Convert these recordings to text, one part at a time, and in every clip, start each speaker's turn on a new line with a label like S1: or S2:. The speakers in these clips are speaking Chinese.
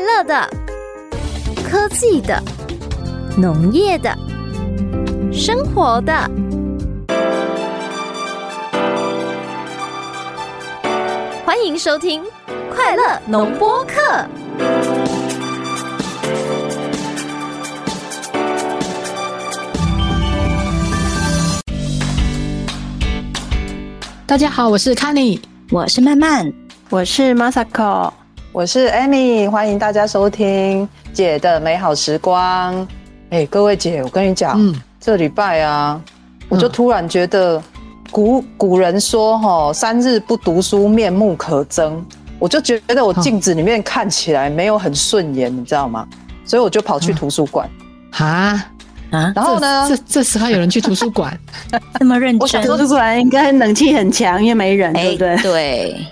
S1: 乐的、科技的、农业的、生活的。欢迎收听《快乐农播课》。
S2: 大家好，我是 c a n n y
S3: 我是曼曼，
S4: 我是 Masako，
S5: 我是 Amy，欢迎大家收听姐的美好时光。哎、各位姐，我跟你讲，
S2: 嗯
S5: 这礼拜啊，我就突然觉得古古人说哈、三日不读书，面目可憎。我就觉得我镜子里面看起来没有很顺眼，你知道吗？所以我就跑去图书馆，
S2: 啊，
S5: 然后呢
S2: 嗯这，这这时候有人去图书馆，
S3: 这么认
S5: 我想
S3: 真，
S5: 说
S4: 图书馆应该冷气很强，因为没人，对
S3: 哎，
S4: 不对？
S3: 对，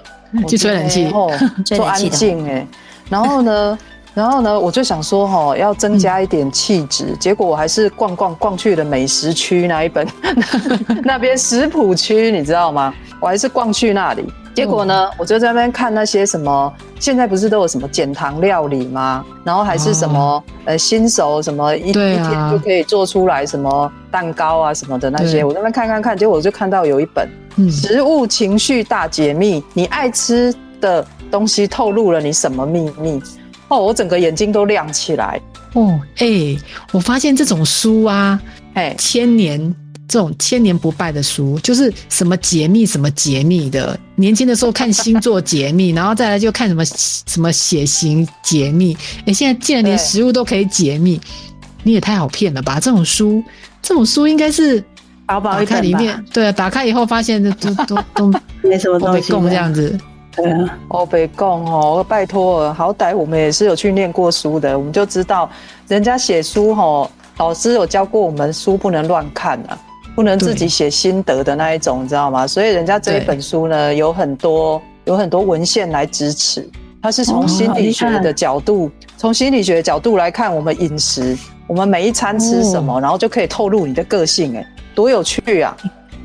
S2: 去吹冷气。
S5: 哦，
S3: 吹
S5: 就
S3: 冷
S5: 安
S3: 气的
S5: 静哎、然后呢， 然后呢，我就想说哈、要增加一点气质，
S2: 嗯
S5: 结果我还是逛逛逛去了美食区那一本， 那边食谱区，你知道吗？我还是逛去那里，结果
S2: 嗯
S5: 呢，我就在那边看那些什么，现在不是都有什么减糖料理吗？然后还是什么、呃新手什么一、
S2: 啊对
S5: 一
S2: 啊
S5: 天就可以做出来什么蛋糕啊什么的那
S2: 对
S5: 些，我在那边看看看，结果我就看到有一本。
S2: 嗯，
S5: 食物情绪大解密，你爱吃的东西透露了你什么秘密？哦，我整个眼睛都亮起来。
S2: 哦，哎、我发现这种书啊，
S5: 嘿，
S2: 千年这种千年不败的书，就是什么解密什么解密的。年轻的时候看星座解密，然后再来就看什么什么血型解密。哎、现在竟然连
S5: 对
S2: 食物都可以解密，你也太好骗了吧！这种书，这种书应该是
S4: 薄薄
S2: 打
S4: 一
S2: 开
S4: 本
S2: 里
S4: 吧，
S2: 面，对啊，打开以后发现这都都都
S4: 没什么
S2: 都被
S4: 东西。
S2: 供这样子。
S4: 对啊，
S5: 哦，别供哦，拜托了，好歹我们也是有去念过书的，我们就知道人家写书吼，老师有教过我们书不能乱看啊，不能自己写心得的那一种，你知道吗？所以人家这一
S2: 对
S5: 本书呢，有很多有很多文献来支持，它是从
S4: 哦
S5: 心理学
S4: 好厉害
S5: 的角度，从心理学的角度来看我们饮食，我们每一餐吃什
S4: 嗯
S5: 么，然后就可以透露你的个性、哎，多有趣啊！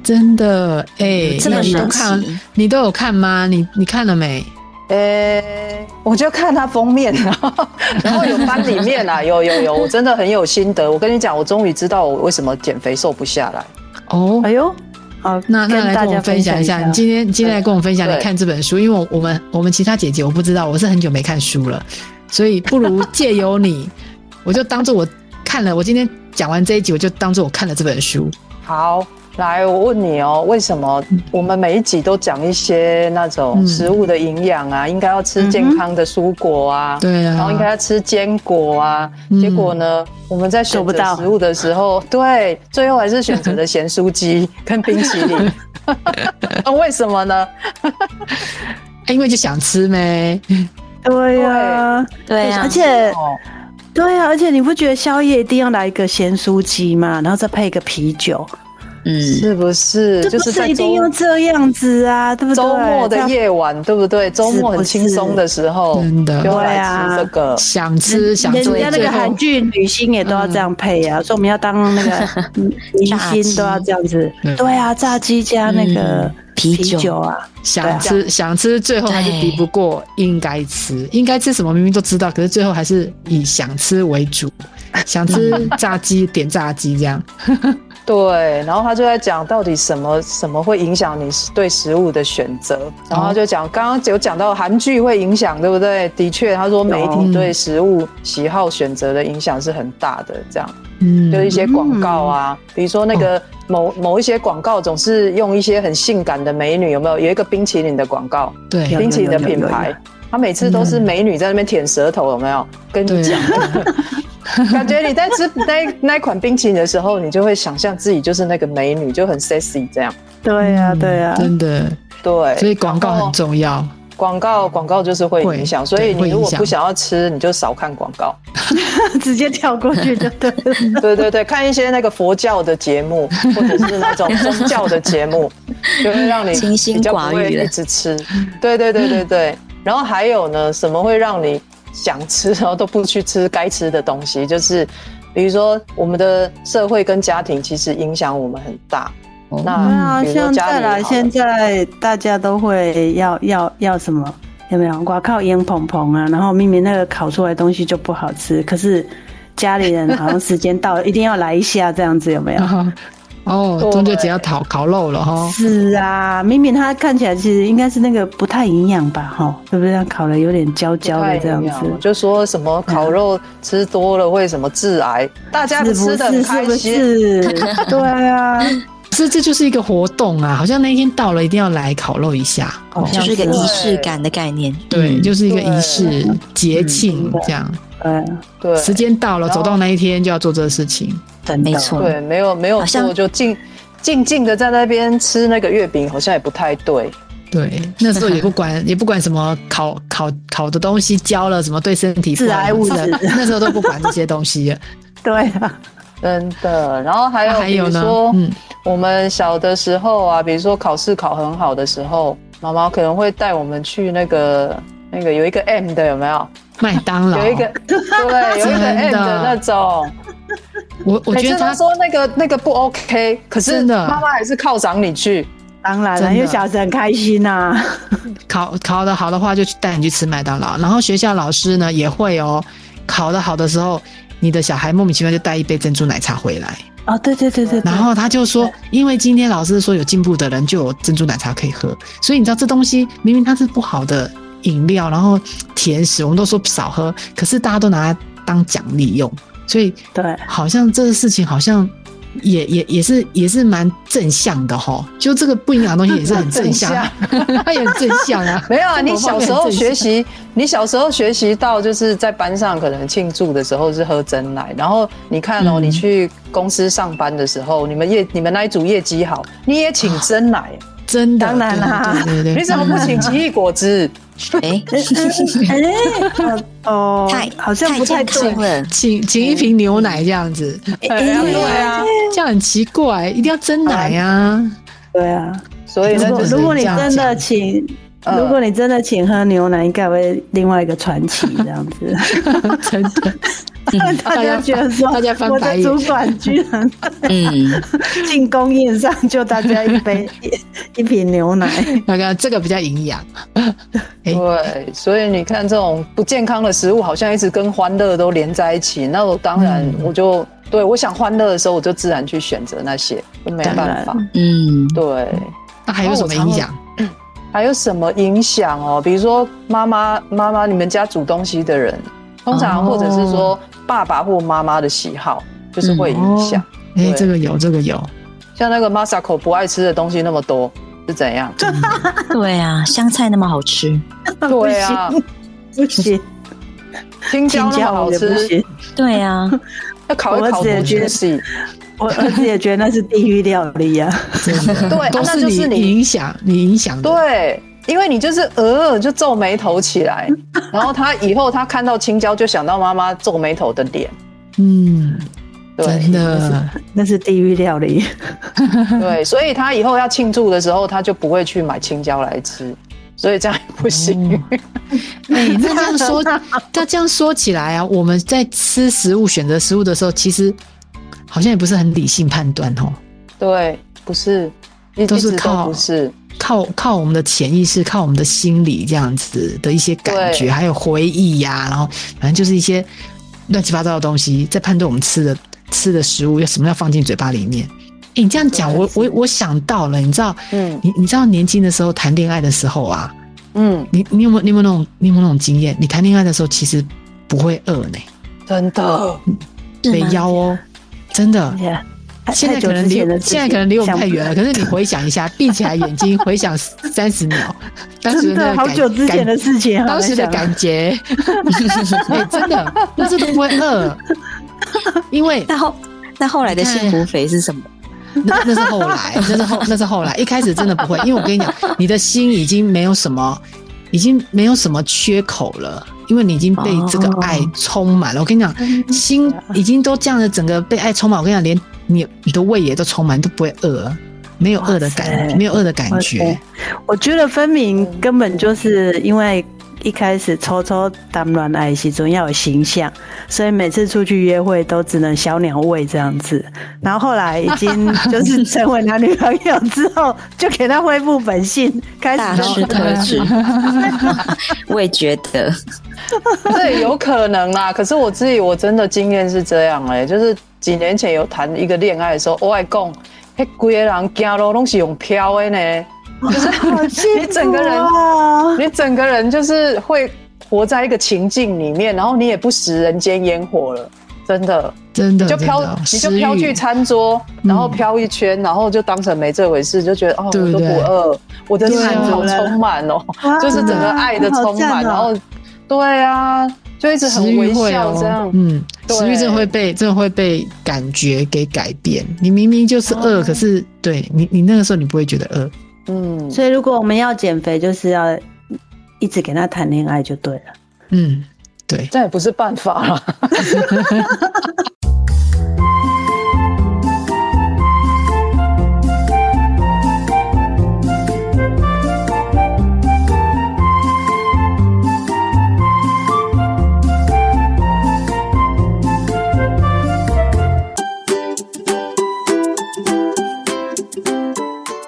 S2: 真的，哎、
S3: 这么
S2: 那你都
S3: 神
S2: 看，
S3: 奇，
S2: 你都有看吗？你你看了没？
S5: 呃、我就看它封面，啊然后 然后有翻里面 啊，有有有，我真的很有心得。我跟你讲，我终于知道我为什么减肥瘦不下来。
S2: 哦，
S4: 哎呦，好，
S2: 那那
S4: 跟
S2: 来
S4: 大
S2: 跟我
S4: 家
S2: 们分享一下，你今天今天来跟我们分享
S5: 对
S2: 你看这本书，因为我我们我们其他姐姐我不知道，我是很久没看书了，所以不如借由你， 我就当做我看了，我今天讲完这一集，我就当做我看了这本书。
S5: 好，来，我问你哦，为什么我们每一集都讲一些那种
S2: 嗯
S5: 食物的营养啊，应该要吃健康的蔬果
S4: 嗯
S5: 啊，
S2: 对啊，
S5: 然后应该要吃坚果啊，
S2: 嗯
S5: 结果呢，我们在选
S4: 做不
S5: 择
S4: 到
S5: 食物的时候，对，最后还是选择了咸 酥鸡跟冰淇淋。 那为什么呢？
S2: 哎因为就想吃呗。
S4: 对呀，
S3: 对啊
S4: 而，且
S5: 哦，
S4: 对啊呀，而且你不觉得宵夜一定要来一个咸酥鸡吗？然后再配一个啤酒，
S3: 嗯，
S5: 是不是？
S4: 这
S5: 就
S4: 不
S5: 是
S4: 是
S5: 在
S4: 一定
S5: 周
S4: 要这样子啊，对不对？
S5: 周末的夜晚，对不对？周末很轻松的时候，
S2: 真的
S5: 哦就来吃这个。
S2: 想
S4: 这样。
S2: 吃想
S4: 人
S2: 做，
S4: 人家那
S2: 最
S4: 个
S2: 后
S4: 韩剧女星也都要这样配
S2: 嗯
S4: 啊，说我们要当 那个明星都要这样子
S2: 对，
S4: 对啊，炸鸡加那个
S3: 嗯啤酒
S4: 啊，
S2: 想吃想吃，最后还是敌不过应该吃，应该吃什么明明都知道，可是最后还是以想吃为 主，想吃炸鸡点炸鸡这样。
S5: 对，然后他就在讲到底什么什么会影响你对食物的选择，然后他就讲刚刚有讲到韩剧会影响，对不对？的确，他说媒体对食物喜好选择的影响是很大的，这样
S2: 嗯，
S5: 就是一些广告啊，比如说那个某某一些广告总是用一些很性感的美女，有没有？有一个冰淇淋的广告，
S2: 对
S4: 有
S5: 冰淇淋的
S4: 有有有
S5: 品牌，他每次都是美女在那边舔舌头，有没有？跟你
S2: 对
S5: 讲，
S2: 啊，
S5: 感觉你在吃那那一款冰淇淋的时候，你就会想象自己就是那个美女，就很 sexy 这样。
S4: 对呀，对呀，
S2: 真的，
S5: 啊对，
S2: 所以广告
S5: 然后
S2: 很重要。
S5: 广告广告就是会影响，
S2: 会
S5: 所
S2: 对
S5: 以
S2: 会
S5: 你
S2: 影
S5: 如果
S2: 响
S5: 不想要吃，你就少看广告。
S4: 直接跳过去就对 了。
S5: 对对对，看一些那个佛教的 节目，或者是那种宗教的节目，就会让你
S3: 清心
S5: 比较
S3: 寡
S5: 不会
S3: 欲了
S5: 一直吃。对对对对对。然后还有呢，什么会让你想吃，然后都不去吃该吃的东西？就是比如说，我们的社会跟家庭其实影响我们很大。
S3: 哦
S5: 那
S4: 对啊，
S2: 嗯
S5: 比如说
S4: 像
S5: 家
S4: 再
S5: 里好
S4: 来，
S5: 了
S4: 现在大家都会要要要什么？有没有？我靠烟蓬蓬啊，然后明明那个烤出来的东西就不好吃，可是家里人好像时间到了一定要来一下这样子，有 没有？
S2: 哦，中秋节要烤烤肉了哈、
S4: 是啊，明明它看起来其实应该是那个不太营养吧，哈，对不对？它烤的有点焦焦的这样
S5: 太一样了
S4: 子，
S5: 就说什么烤肉吃多了会什么致癌，大家
S4: 是不
S5: 吃的
S4: 是？
S5: 很
S4: 是
S5: 开
S4: 不
S5: 心，
S4: 是？对啊，
S2: 所以这就是一个活动啊，好像那一天到了一定要来烤肉一下。哦，
S3: 就是一个仪式感的概念。
S2: 对，
S3: 嗯
S2: 就是一个
S5: 对嗯
S2: 仪式节庆这样，
S4: 对，
S5: 对
S2: 时间到了，
S5: 然后
S2: 走到那一天就要做这个事情。
S4: 真的
S3: 没
S2: 嗯
S3: 错
S5: 对，没有没有
S3: 好像
S5: 做就静静静的在那边吃那个月饼，好像也不太对。
S2: 对，
S5: 嗯
S2: 那时候也不管 也不管什么烤烤烤的东西焦了，什么对身体不好
S4: 致癌物质
S2: 那时候都不管这些东西了。
S4: 对啊，
S5: 真的，然后 还有、
S2: 那啊还有
S5: 比如
S2: 呢
S5: 说、，
S2: 嗯，
S5: 我们小的时候啊，比如说考试考很好的时候，妈妈可能会带我们去那个那个有一个 M 的有没有？
S2: 麦当劳
S5: 有一个对，有一个 M 的那种。
S2: 我我
S5: 每
S2: 觉
S5: 次
S2: 得
S5: 都
S2: 他
S5: 说那个那个不 OK，可是
S2: 真的
S5: 妈妈还是犒赏你去。
S4: 当然
S2: 真
S4: 了，
S2: 的
S4: 因为小孩子很开心啊呐、
S2: 考考得好的话，就去带你去吃麦当劳。然后学校老师呢也会哦，考得好的时候，你的小孩莫名其妙就带一杯珍珠奶茶回来，
S4: 哦，对对对对对
S2: 然，后他就说，因为今天老师说有进步的人就有珍珠奶茶可以喝，所以你知道这东西明明它是不好的饮料，然后甜食，我们都说少喝，可是大家都拿来当奖励用，所以
S4: 对，哎
S2: 好像这个事情好像。也也也是也是蛮正向的哈，就这个不营养的东西也是很正向， 它也很正向啊。
S5: 没有啊，你
S2: 我方
S5: 小
S2: 面
S5: 时候
S2: 很正
S5: 学习，你小时候学习到就是在班上可能庆祝的时候是喝真奶，然后你看哦，
S2: 嗯
S5: 你去公司上班的时候，你们业你们那一组业绩好，你也请真奶，
S2: 真的，
S4: 当然啦
S2: 对对对对
S5: 你怎么不请奇异果汁？
S3: 哎，
S4: 哎、哦，
S3: 太
S4: 好像不
S3: 太
S4: 太
S3: 健康
S4: 对，
S3: 了，
S2: 请请一瓶牛奶这样子？
S5: 哎呀对啊，
S2: 这样很奇怪，一定要真奶呀、
S4: 对啊。
S5: 所以
S4: 如
S5: 呢，
S4: 果
S5: 就
S2: 如
S5: 是
S4: 如果你
S2: 这样
S4: 真的
S2: 讲
S4: 请，
S5: 嗯
S4: 如果你真的请喝牛奶，应该会另外一个传奇这样子。
S2: 真的。
S4: 大家觉得说，
S2: 大家翻
S4: 我
S2: 白眼
S4: 的主管居然
S3: 嗯，
S4: 进供应上就大家一杯 一一瓶牛奶，
S2: 那个这个比较营养，
S5: 对，所以你看这种不健康的食物，好像一直跟欢乐都连在一起。那我当然
S2: 嗯
S5: 我就、对我想欢乐的时候，我就自然去选择那些，就没
S2: 当
S5: 办
S4: 然
S5: 法。
S3: 嗯，
S5: 对，
S2: 那还有什么影响？
S5: 还有什么影响哦？比如说妈妈妈妈，你们家煮东西的人，通常
S2: 哦
S5: 或者是说爸爸或妈妈的喜好，就是会影响。
S2: 哎、
S5: 对
S2: 这个有，这个有，
S5: 像那个 Masako 不爱吃的东西那么多，是怎样？
S3: 对啊，香菜那么好吃，
S5: 对啊，
S4: 不行，
S5: 青
S4: 青
S5: 椒那么
S4: 椒
S5: 好
S4: 我也 不
S5: 吃，
S4: 行。
S3: 对啊，
S5: 要烤
S4: 我
S5: 一
S4: 儿
S5: 烤
S4: 子也
S5: 不
S4: 觉得
S5: juicy。
S4: 我儿子也觉得那是地狱料理啊。
S2: 真的，
S5: 对啊
S2: 都
S5: 那就是
S2: 你
S5: 你
S2: 影响，你影响的，
S5: 对，因为你就是呃就皱眉头起来，然后他以后他看到青椒就想到妈妈皱眉头的脸。
S2: 嗯，
S5: 对
S2: 真 的，
S4: 那是地狱料理，
S5: 对，所以他以后要庆祝的时候，他就不会去买青椒来吃，所以这样也不
S2: 嗯
S5: 行。
S2: 哦哎、那这样说，那这样说起来啊，我们在吃食物、选择食物的时候，其实好像也不是很理性判断哦，
S5: 对，不是，一
S2: 都是
S5: 一直
S2: 靠
S5: 都不是。
S2: 靠靠我们的潜意识，靠我们的心理这样子的一些感觉，
S5: 对
S2: 还有回忆呀、然后反正就是一些乱七八糟的东西，在判断我们吃的吃的食物要什么要放进嘴巴里面。诶，你这样讲，
S5: 对
S2: 我
S5: 是
S2: 我我想到了，你知道，
S5: 嗯
S2: 你你知道年轻的时候谈恋爱的时候啊，
S5: 嗯，
S2: 你你有没有你有没有那种你有没有那种经验？你谈恋爱的时候其实不会饿呢，
S5: 真的，
S2: 被邀哦，真的。
S4: 太
S2: 现在
S4: 太久
S2: 可能
S4: 之
S2: 离
S4: 前的事情
S2: 现在可能离我们
S4: 想
S2: 太远了，可是你回想一下，闭起来眼睛回想三十秒，当时
S4: 真
S2: 那
S4: 的
S2: 个
S4: 好
S2: 感
S4: 久之前的事情啊，
S2: 感当时的
S4: 我在想
S2: 感觉， 哎，真的，那时候都不会饿， 因为
S3: 那后那后
S4: 嗯
S3: 来的幸福肥是什么？
S2: 那那是后 来，那是后那是后来，一开始真的不会，因为我跟你讲，你的心已经没有什么，已经没有什么缺口了。因为你已经被这
S5: 哦
S2: 个爱充满了，我跟你讲，心已经都这样的，整个被爱充满。我跟你讲，连你你的胃也都充满，都不会饿了，没有饿的
S4: 哇
S2: 感，
S4: 塞
S2: 没有饿的感
S4: 哇
S2: 觉嗯
S4: 塞。我觉得分明根本就是因为一开始抽抽当乱爱惜总要有形象，所以每次出去约会都只能小鸟胃这样子。然后后来已 经就是成为男女朋友之后，就给他恢复本性，开
S3: 大
S4: 始啊都
S3: 师特质， 我也觉得，
S5: 这也有可能啦。可是我自己我真的经验是这样哎、就是几年前有谈一个恋爱的时候，我还讲，嘿，鬼个人走路拢是用飘的呢，
S4: 好幸福、哦、
S5: 你整个人你整个人就是会活在一个情境里面，然后你也不食人间烟火了，真的，
S2: 真的
S5: 你就
S2: 嗯真
S5: 飘
S2: 的
S5: 你就
S2: 食
S5: 飘
S2: 欲嗯
S5: 去餐桌，然后飘一圈，然后就当成没这回事，就觉得哦，我
S2: 对不
S5: 都不
S2: 对
S5: 饿，我的
S2: 对
S5: 心
S2: 啊
S5: 好充满哦，
S4: 啊
S5: 就是整个爱的充满，
S4: 哦
S5: 然后对啊，就一直
S2: 食
S5: 很
S2: 欲
S5: 微
S2: 会
S5: 笑这样
S2: 哦，，嗯，
S5: 对
S2: 食欲真的会被真的会被感觉给改变。你明明就是饿，
S5: 哦
S2: 可是对你你那个时候你不会觉得饿，
S5: 嗯，
S4: 所以如果我们要减肥，就是要一直跟他谈恋爱就对了。
S2: 嗯，对，
S5: 这也不是办法啊啦。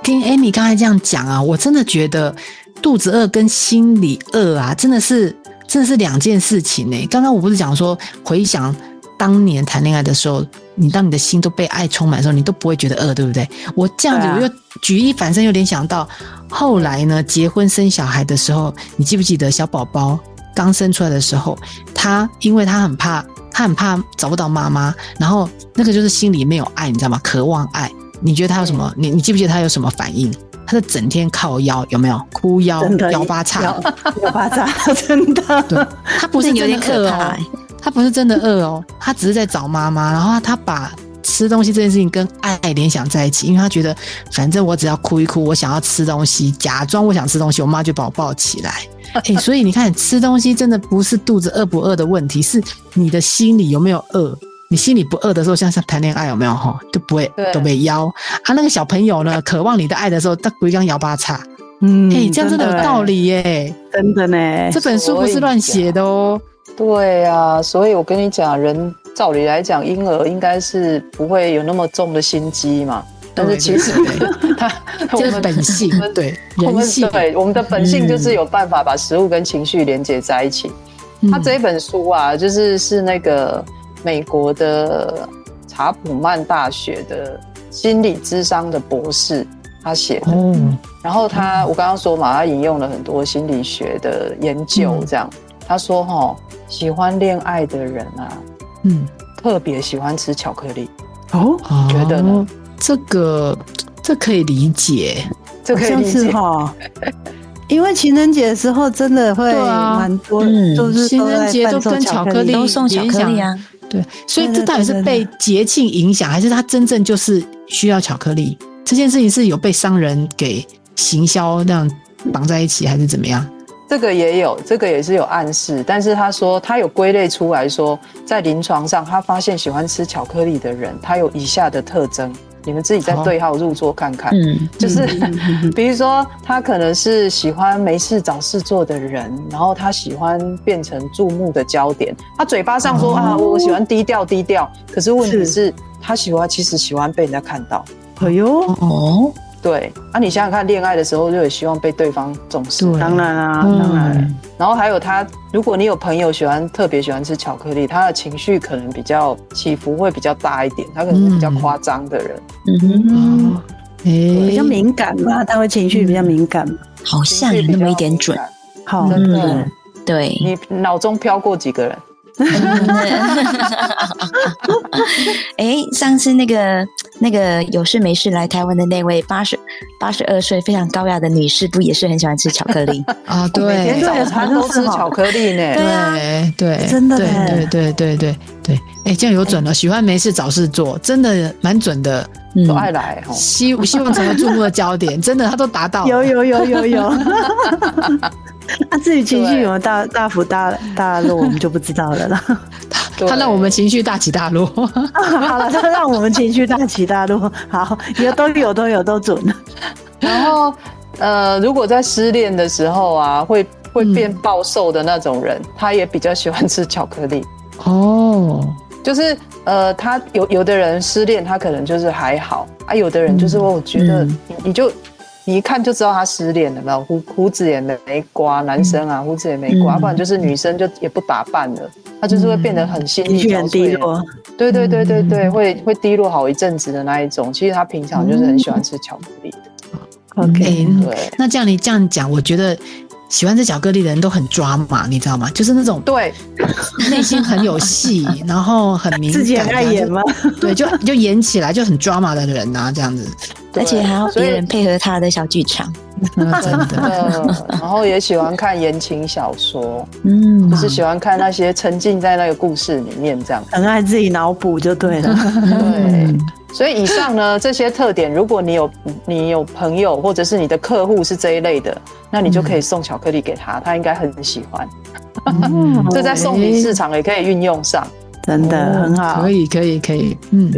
S2: 听 Amy 刚才这样讲啊，我真的觉得肚子饿跟心里饿啊，真的是真的是两件事情呢、刚刚我不是讲说回想当年谈恋爱的时候，你当你的心都被爱充满的时候，你都不会觉得饿，对不对？我这样子，
S4: 对啊
S2: 我又举一反三，又联想到后来呢，结婚生小孩的时候，你记不记得小宝宝刚生出来的时候，他因为他很怕，他很怕找不到妈妈，然后那个就是心里没有爱，你知道吗？渴望爱。你觉得他有什么？你你记不记得他有什么反应？他是整天靠腰，有没有哭腰
S4: 真、的
S2: 哦摇八叉？
S4: 有，有巴掌， 真
S2: 对
S4: 的。
S2: 他不是
S3: 这有点
S2: 真的
S3: 可
S2: 饿
S3: 怕、
S2: 哦
S3: 欸，。
S2: 他不是真的饿哦，他只是在找妈妈，然后他把吃东西这件事情跟爱联想在一起，因为他觉得反正我只要哭一哭，我想要吃东西，假装我想吃东西，我妈就把我抱起来。 哎、所以你看，吃东西真的不是肚子饿不饿的问题，是你的心里有没有饿。你心里不饿的时候，像像谈恋爱有没有哈，就不会
S5: 对
S2: 都被邀啊。那个小朋友呢，渴望你的爱的时候，他不会刚摇八叉。
S4: 嗯
S2: 哎、这样真的有道，理耶、
S5: 哎
S4: 真的呢。
S2: 这本书不是乱写的哦。
S5: 对啊，所以我跟你讲，人照理来讲，婴儿应该是不会有那么重的心机嘛。但是
S2: 对
S5: 其实
S2: 对对
S5: 他我
S2: 这是
S5: 们
S2: 本性
S5: 我 们，
S2: 对
S5: 我
S2: 人
S5: 们
S2: 性，
S5: 对我们的本性就是有办法把食物跟情绪连接在一起。
S2: 嗯
S5: 他这一本书啊，就是是那个美国的查普曼大学的心理智商的博士他写的。
S2: 哦，
S5: 然后他，我刚刚说嘛，他引用了很多心理学的研究，
S4: 嗯
S5: 这样、他说哈、喜欢恋爱的人啊，
S2: 嗯，
S5: 特别喜欢吃巧克力，
S4: 哦，
S2: 哦
S5: 觉得呢
S2: 这个这可以理解，
S5: 这
S4: 好
S5: 可以
S4: 像
S5: 理
S4: 是
S5: 解。
S4: 哈。因为情人节的时候，真的会
S2: 对啊
S4: 蛮多，
S3: 嗯
S4: 就是
S2: 情人节
S4: 都
S2: 都
S4: 在
S2: 跟
S4: 贩售
S2: 巧
S4: 巧
S2: 克力
S4: 克
S3: 都
S4: 力
S3: 送巧克力啊，
S2: 对，所以
S4: 对
S2: 这
S4: 对
S2: 到底是
S4: 对对
S2: 被节庆影响，还是他真正就是需要巧克力？这件事情是有被商人给行销那样绑在一起，还是怎么样？
S5: 这个也有，这个也是有暗示，但是他说他有归类出来说，在临床上他发现喜欢吃巧克力的人，他有以下的特征，你们自己再
S2: 好
S5: 对号入座看看。
S3: 嗯，
S5: 就是
S4: 嗯嗯嗯
S5: 比如说他可能是喜欢没事找事做的人，然后他喜欢变成注目的焦点。他嘴巴上说、
S2: 哦
S5: 啊，我喜欢低调低调，可是问题
S4: 是
S5: 是，他喜欢其实喜欢被人家看到。
S4: 哎呦，
S3: 哦，
S5: 对啊，你想想看，恋爱的时候就也希望被对方重视。
S2: 对
S4: 当然啦，啊当然，
S2: 嗯
S5: 然后还有他，如果你有朋友喜欢特别喜欢吃巧克力，他的情绪可能比较起伏会比较大一点，他可能是比较
S2: 嗯
S5: 夸张的人，
S3: 嗯哼，
S4: 嗯
S2: 哦，诶，
S4: 比较敏感嘛，他会情绪比较敏感，
S3: 好
S5: 情
S3: 像
S5: 绪
S3: 有
S5: 比
S3: 那么
S5: 较
S3: 一点
S5: 敏
S3: 准，
S5: 感。
S4: 好，
S5: 真的
S4: 嗯嗯
S3: 对，
S5: 你脑中飘过几个人？
S3: 哎，上次那个那个有事没事来台湾的那位八十八十二岁非常高雅的女士，不也是很喜欢吃巧克 力？
S2: 啊，
S5: 每天
S2: 对
S5: 早餐都吃巧克力呢。
S3: 对啊
S2: 对对，
S4: 真的
S2: 对
S4: 耶
S2: 对对对对对，哎，这样有准了，喜欢没事找事做，真的蛮准的。
S3: 嗯
S5: 都，爱来哦。
S2: 希希望成为注目的焦点，真的他都达到了。
S4: 有有有有有。那至于情绪有没有大大幅大大落，我们就不知道了啦。
S5: 对
S2: 他让我们情绪大起大落。
S4: 好了，他让我们情绪大起大落。好，也都有都有都准。
S5: 然后呃，如果在失恋的时候啊，会会变
S3: 嗯
S5: 暴瘦的那种人，他也比较喜欢吃巧克力。
S2: 哦，
S5: 就是呃，他有有的人失恋，他可能就是还好啊，有的人就是
S2: 嗯
S5: 我觉得
S2: 嗯
S5: 你你就你一看就知道他失恋了，没有胡胡子也没没刮，男生啊胡子也没刮，
S2: 嗯
S5: 不然就是女生就也不打扮了，他就是会变得很心
S4: 情
S5: 力
S4: 绪嗯
S5: 交
S4: 很
S5: 瘁
S4: 低落。
S5: 对对对对对，
S2: 嗯
S5: 会会低落好一阵子的那一种。其实他平常就是很喜欢吃巧克力的，
S4: OK，
S2: 哎
S5: 对
S2: 那这样你这样讲，我觉得喜欢吃巧克力的人都很抓马，你知道吗？就是那种
S5: 对，
S2: 内心很有 戏，然后很敏感，
S4: 自己很爱演
S2: 然
S4: 吗
S2: 后？就对，就就演起来就很抓马的人啊呐、这样 子，
S5: 对
S3: 而且还要
S5: 所以
S3: 别人配合他的小剧场，
S2: 那真
S5: 真
S2: 的，
S5: 的，然后也喜欢看言情小说，
S3: 嗯
S5: 就，是喜欢看那些沉浸在那个故事里面这样。
S4: 很爱自己脑补就对了。
S2: 嗯
S5: 对，所以以上呢这些特点，如果你有你有朋友或者是你的客户是这一类的，那你就可以送巧克力给他，他应该很喜欢。
S2: 嗯
S5: 这在送礼市场也可以运用上。
S4: 真的、
S2: 哦
S4: 很好
S2: 可。以可以可以，嗯，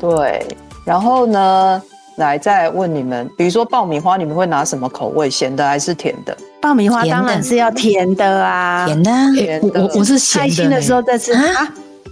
S5: 对，然后呢，来再问你们，比如说爆米花，你们会拿什么口味？咸的还是甜的？
S4: 爆米花
S3: 甜的
S4: 当然是要甜的啊，
S3: 甜的啊，
S2: 哎我我我是咸
S4: 开心
S2: 呢
S4: 的时候，再吃啊。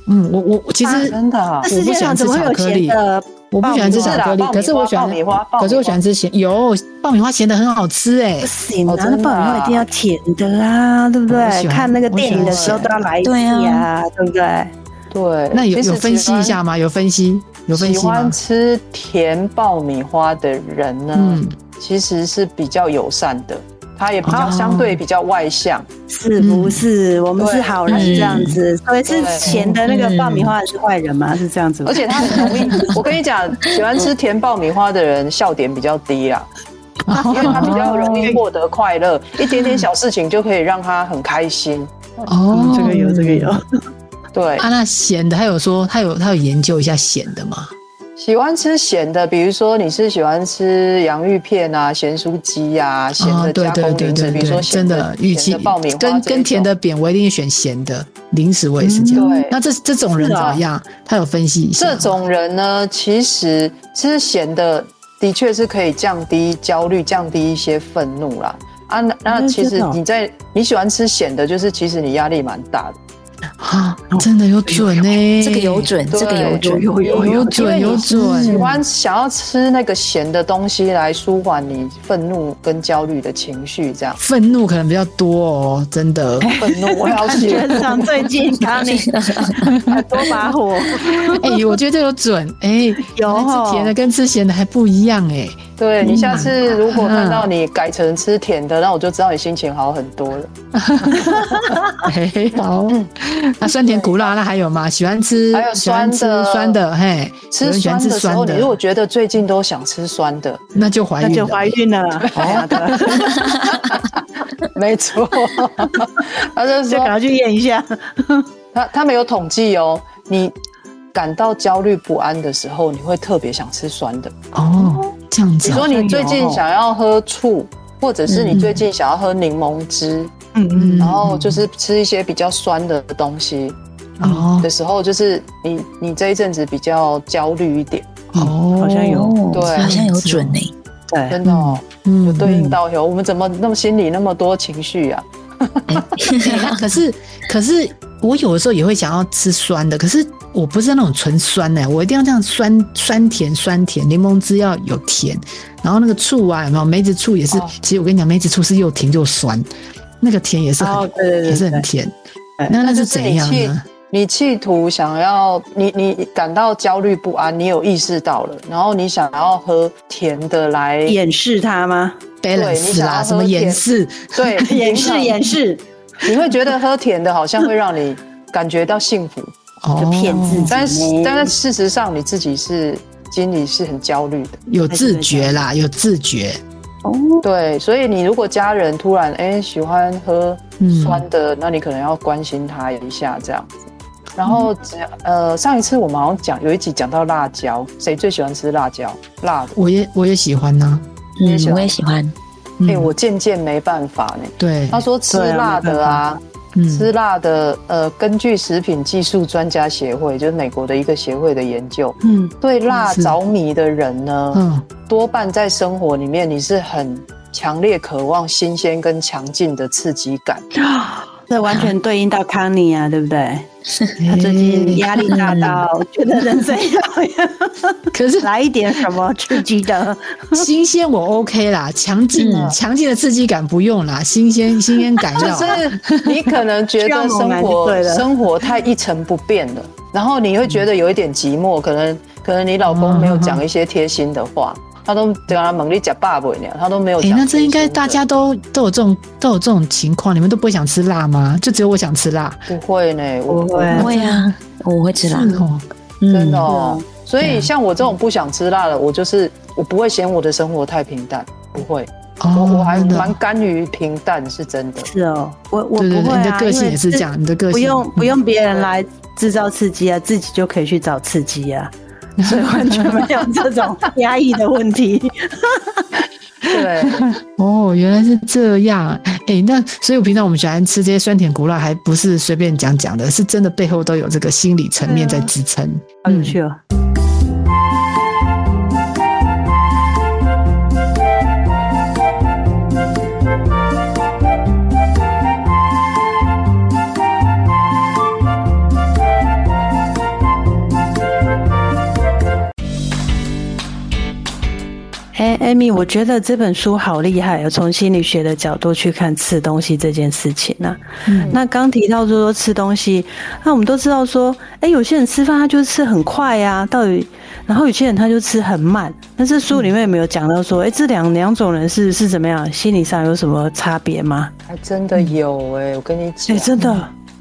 S2: 嗯，我我我其实、
S5: 啊真的啊
S4: 这世界上怎么会有咸的？
S2: 我不喜欢吃巧克力
S5: 爆米，花
S2: 可是我喜欢
S5: 爆米花爆米花
S2: 可是我喜欢吃咸，有爆米花咸的很好吃哎、
S4: 不行啊，
S5: 哦
S4: 那
S5: 真的
S4: 爆
S5: 啊
S4: 米花一定要甜的啊，对不
S2: 我喜
S4: 对？
S2: 欢
S4: 看那个电影的时候都要来一
S3: 我喜欢
S4: 剂啊，对不对？
S5: 对，
S2: 那有
S5: 其实
S2: 有分析一下吗？有分析有分
S5: 喜欢。喜
S2: 析吗
S5: 欢？吃甜爆米花的人呢，
S2: 嗯，
S5: 其实是比较友善的，他也比较
S2: 哦
S5: 相对比较外向。
S4: 是不是？我们是好人
S3: 嗯
S4: 这样子，所以是咸的那个爆米花的是坏人吗？是这样子吗？
S5: 而且他很容易， 我跟你讲，喜欢吃甜爆米花的人笑点比较低啦，因为他比较容易获得快乐，一点点小事情就可以让他很开心。嗯
S2: 哦，
S4: 嗯这个有，这个有。
S5: 对，
S2: 啊，那咸的，他有说他有他有研究一下咸的吗？
S5: 喜欢吃咸的，比如说你是喜欢吃洋芋片啊、咸酥鸡啊、咸
S2: 哦，
S5: 的
S2: 对
S5: 加
S2: 对
S5: 工
S2: 对
S5: 零食，
S2: 对
S5: 比如说
S2: 对，
S5: 咸
S2: 真
S5: 的
S2: 的，预
S5: 咸
S2: 期
S5: 的爆米花
S2: 跟
S5: 这一
S2: 跟甜
S5: 种
S2: 的扁，我一定选咸的。零食我也是这
S5: 嗯
S2: 样
S5: 对。
S2: 那这这种人
S4: 是
S2: 怎
S4: 啊
S2: 么样？他有分析一下吗
S5: 这种人呢，其实吃咸的的确是可以降低焦虑、降低一些愤怒啦。啊，那那
S2: 哎
S4: 嗯
S5: 其
S4: 真
S5: 实
S4: 的哦
S5: 你在你喜欢吃咸的，就是其实你压力蛮大的。
S2: 啊，真的有准
S5: 哎
S2: 呢，
S3: 这个有准，
S5: 对
S3: 这个有准，
S4: 有有
S2: 有
S5: 哎因为
S2: 准
S5: 你
S2: 有准，
S5: 喜欢想要吃那个咸的东西来舒缓你愤怒跟焦虑的情 绪，这样
S2: 愤怒可能比较多哦，真的。
S5: 愤怒我要
S4: 觉
S5: 写
S4: 得 上最 近康你很多把火，
S2: 哎、我觉得这有准哎，
S4: 有
S2: 原来
S4: 哦
S2: 吃甜的跟吃咸的还不一样 哎、
S5: 对你下次如果看到你改成吃甜的，那我就知道你心情好很多了。
S2: 嘿嘿，
S5: 嗯
S2: 好，那酸甜苦辣那还有吗？喜欢吃，
S5: 还有
S2: 喜欢
S5: 酸的
S2: 吃酸的，嘿，有
S5: 吃
S2: 人喜欢
S5: 酸
S2: 吃
S5: 的时
S2: 酸
S5: 候，你如果
S2: 的，
S5: 觉得最近都想吃酸的，
S2: 那就怀
S4: 那
S2: 孕
S4: 就
S2: 了。
S4: 怀孕了啦。啊好
S5: 哦
S4: 的，
S5: 没错，他就
S4: 就赶
S5: 说
S4: 快去验一下。
S5: 他他们有统计哦，你感到焦虑不安的时候，你会特别想吃酸的。
S2: 哦，这样
S5: 比
S2: 子
S5: 如
S2: 哦、嗯
S5: 说你最近想要喝醋，或者是你最近想要喝柠檬汁，
S4: 嗯嗯，
S5: 然后就是吃一些比较酸的东西
S2: 哦
S5: 的时候，就是你你这一阵子比较焦虑一点，
S2: 哦，
S4: 好像有
S3: 哦
S5: 对
S3: 好像有准呢。
S4: 对，
S5: 真的哦，
S2: 哎嗯，
S5: 有对应
S2: 到。
S5: 到有。我们怎么那么心里那么多情绪啊？
S2: 哎可是可是我有的时候也会想要吃酸的，可是我不是那种纯酸的，我一定要这样酸酸甜酸甜，柠檬汁要有甜，然后那个醋啊，有没有梅子醋也是？
S5: 哦
S2: 其实我跟你讲，梅子醋是又甜又酸，那个甜也是很、
S4: 哦对对对
S2: 也是很甜。
S4: 对
S2: 那那
S5: 就是是你
S2: 怎样
S5: 企
S2: 呢？
S5: 你企图想要你你感到焦虑不安，你有意识到了，然后你想要喝甜的来
S4: 掩饰它吗？
S5: 你
S2: balance
S5: 想要
S2: 啦，
S5: 喝
S2: 什么掩
S5: 甜
S2: 饰？
S5: 对
S4: 掩饰掩，饰，
S5: 你会觉得喝甜的好像会让你感觉到幸 福，
S2: 哦
S4: 就骗自己
S5: 但是
S4: 嗯
S5: 但是事实上你自己是心里是很焦虑的。
S2: 有自觉啦，有自觉。
S5: 对，所以你如果家人突然哎、喜欢喝
S2: 嗯
S5: 酸的，那你可能要关心他一下这样子。然后只要呃，上一次我们好像讲有一集讲到辣椒，谁最喜欢吃辣椒？辣的。
S2: 我也我也喜欢呐、
S5: 你也
S3: 嗯，
S5: 喜欢
S3: 我也喜欢。
S2: 嗯，
S5: 哎、我渐渐没办法呢。
S2: 对，
S5: 他说吃
S4: 对啊
S5: 辣的啊，
S2: 嗯，
S5: 吃辣的呃，根据食品技术专家协会，就是美国的一个协会的研究，
S4: 嗯，
S5: 对辣
S2: 是
S5: 着迷的人呢，
S2: 嗯，
S5: 多半在生活里面你是很强烈渴望新鲜跟强劲的刺激感。
S4: 这完全对应到康妮啊，对不对？他最
S2: 哎嗯
S4: 近压力大到觉得人生要
S2: 可是
S4: 来一点什么刺激的，
S2: 新鲜我 OK 啦，强劲
S5: 嗯
S2: 强劲的刺激感不用啦，新鲜新鲜感
S5: 就
S2: 要。
S5: 是你可能觉得 生
S4: 需要猛男就
S5: 活
S4: 对了
S5: 生活太一成不变了，然后你会觉得有一点寂
S2: 嗯
S5: 寞，可能可能你老公没有讲一些贴心的话，他都对他猛力讲爸爸那样，他都没有
S2: 哎、
S5: 讲。
S2: 嗯那这应该大家都都有这种都有这种情况，你们都不会想吃辣吗？就只有我想吃辣，
S5: 不会呢，我
S4: 不会
S3: 不会啊，我会吃辣，
S2: 哦，
S3: 嗯
S5: 真的哦
S2: 啊
S4: 嗯。
S5: 所以像我这种不想吃辣的，我就是我不会嫌我的生活太平淡，不会，
S2: 嗯
S5: 我我还
S2: 哦真的
S5: 蛮甘于平淡，是真 的。
S4: 是哦，我我
S2: 对对
S4: 不
S2: 对，
S4: 会
S2: 你
S4: 啊，
S2: 的个性
S4: 因为
S2: 也是这样，你的个性嗯
S4: 不用不用别人来制造刺激啊，自己就可以去找刺激啊，所以完全没有这种压抑的问题。
S5: 对，
S2: 哦，原来是这样。哎，那所以我平常我们喜欢吃这些酸甜苦辣，还不是随便讲讲的，是真的背后都有这个心理层面在支撑。嗯
S4: 好有趣哦！哎、艾米，我觉得这本书好厉害哦，从心理学的角度去看吃东西这件事情啊。
S2: 嗯，
S4: 那刚提到说吃东西，那我们都知道说，哎，有些人吃饭他就吃很快呀、到底，然后有些人他就吃很慢。但是书里面有没有讲到说，哎，这两两种人是是怎么样，心理上有什么差别吗？
S5: 还真的有哎，我跟你
S4: 哎，
S5: 讲，
S4: 真的，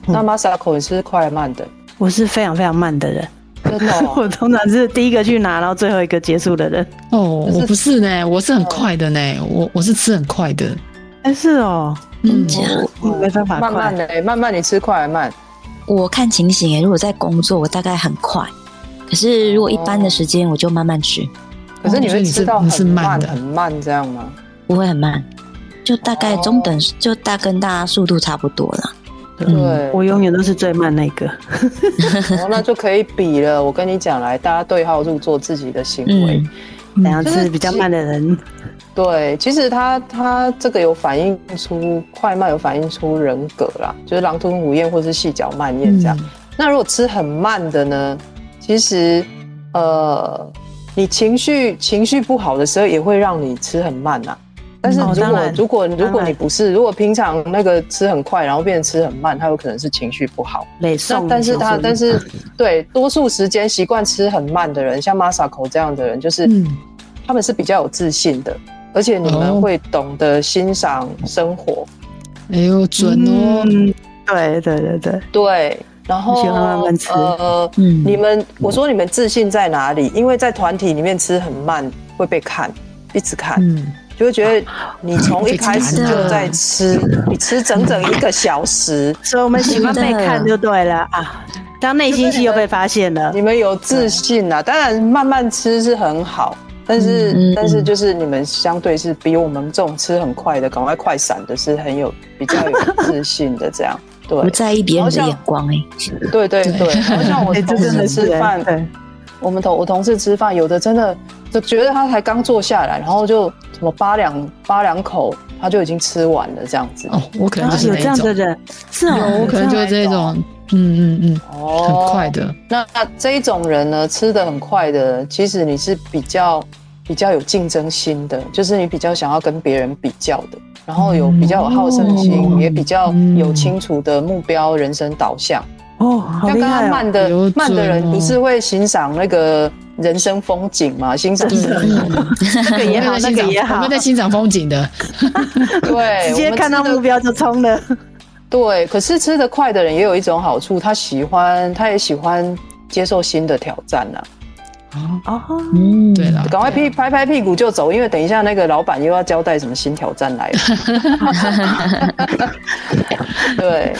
S5: 那 Masako 你是快慢的，
S4: 我是非常非常慢的人，。
S5: 真的哦
S4: 我通常是第一个去拿，然后最后一个结束的人。
S2: 哦，我不是呢，我是很快的呢，我我是吃很快的。
S4: 哎，是哦，
S2: 嗯，
S3: 这样
S4: 我没办法
S5: 慢慢
S4: 快。
S5: 的、慢慢你吃快还慢？
S3: 我看情形诶，如果在工作，我大概很快；可是如果一般的时间，我就慢慢吃，
S5: 可是你会吃到
S2: 哦所以
S5: 很
S2: 你是你是慢
S5: 慢
S2: 的
S5: 很慢这样吗？
S3: 不会很慢，就大概中
S2: 哦
S3: 等，就大跟大家速度差不多啦。
S2: 嗯
S5: 对，
S4: 我永远都是最慢那个。
S5: 哦那就可以比了。我跟你讲，来，大家对号入座自己的行为。
S3: 嗯，
S4: 怎样
S5: 就是
S4: 吃比较慢的人？
S5: 对，其实他他这个有反映出快慢，有反映出人格啦，就是狼吞虎咽或是细嚼慢咽这样。那如果吃很慢的呢，其实呃，你情绪情绪不好的时候也会让你吃很慢啊。但是
S4: 哦
S5: 如
S4: 当
S5: 果、
S4: 然
S5: 如果如果
S4: 当
S5: 你
S4: 然
S5: 不是，如果平常那个吃很快，然后变成吃很慢，它有可能是情绪不好。
S4: 美
S5: 那
S4: 颂，
S5: 但是他
S4: 他
S5: 但是对多数时间习惯吃很慢的人，像 Masako 这样的人，就是、
S2: 嗯
S5: 他们是比较有自信的，而且你
S2: 哦
S5: 们会懂得欣赏生活。
S2: 哎呦，准哦，
S4: 嗯，对对对对。
S5: 对，然后
S4: 喜欢慢慢吃
S5: 呃，
S3: 嗯
S5: 你们我说你们自信在哪里？因为在团体里面吃很慢会被看，一直看，
S2: 嗯，
S5: 就会觉得你从一开始
S3: 被看
S5: 就在吃，
S3: 嗯
S5: 你吃整整一个小时，
S4: 所以我们喜欢被看就对了啊。当内心戏又被发现了，
S5: 你们有自信啊。当然慢慢吃是很好。但是，
S3: 嗯嗯
S5: 但是就是你们相对是比我们这种吃很快的、赶快快闪的，是很有比较有自信的这样。对，
S3: 不在意别人的眼光欸诶。
S5: 对对
S2: 对
S5: 对，好像 我
S4: 哎
S5: 同事吃饭，
S4: 对，
S5: 我们同我同事吃饭，有的真的就觉得他才刚坐下来，然后就什么八两八两口，他就已经吃完了这样子。
S2: 哦，我可能
S4: 啊
S2: 就是
S4: 有
S2: 那
S4: 这
S2: 一
S4: 样的
S2: 种，
S4: 人，是哦，
S2: 我可能就是这种，嗯嗯嗯，很快的，
S5: 那那这一种人呢，吃的很快的，其实你是比较比较有竞争心的，就是你比较想要跟别人比较的，然后有比较有好胜心，
S2: 嗯
S5: 也比较有清楚的目标、人生导向。
S4: 哦，好
S5: 像
S4: 厉
S5: 刚刚
S4: 害哦，
S5: 慢的、
S2: 有准
S5: 慢的人
S2: 哦
S5: 不是会欣赏那个人生风景嘛？欣赏
S2: 对
S4: 啊
S5: 生
S3: 嗯
S5: 活。
S4: 这个
S2: 我
S4: 也
S2: 们在
S4: 好，
S2: 欣
S4: 那个
S2: 赏，
S4: 也
S2: 我
S4: 好
S2: 们，在欣赏风景的，
S5: 对，
S4: 直接看到
S5: 我们
S4: 目
S5: 吃的。
S4: 标就冲 了。
S5: 对，可是吃得快的人也有一种好处，他喜欢，他也喜欢接受新的挑战呐、
S2: 哦，
S4: 哦，
S3: 嗯，
S2: 对啊了，
S5: 赶快屁拍拍屁股就走，因为等一下那个老板又要交代什么新挑战来了。对，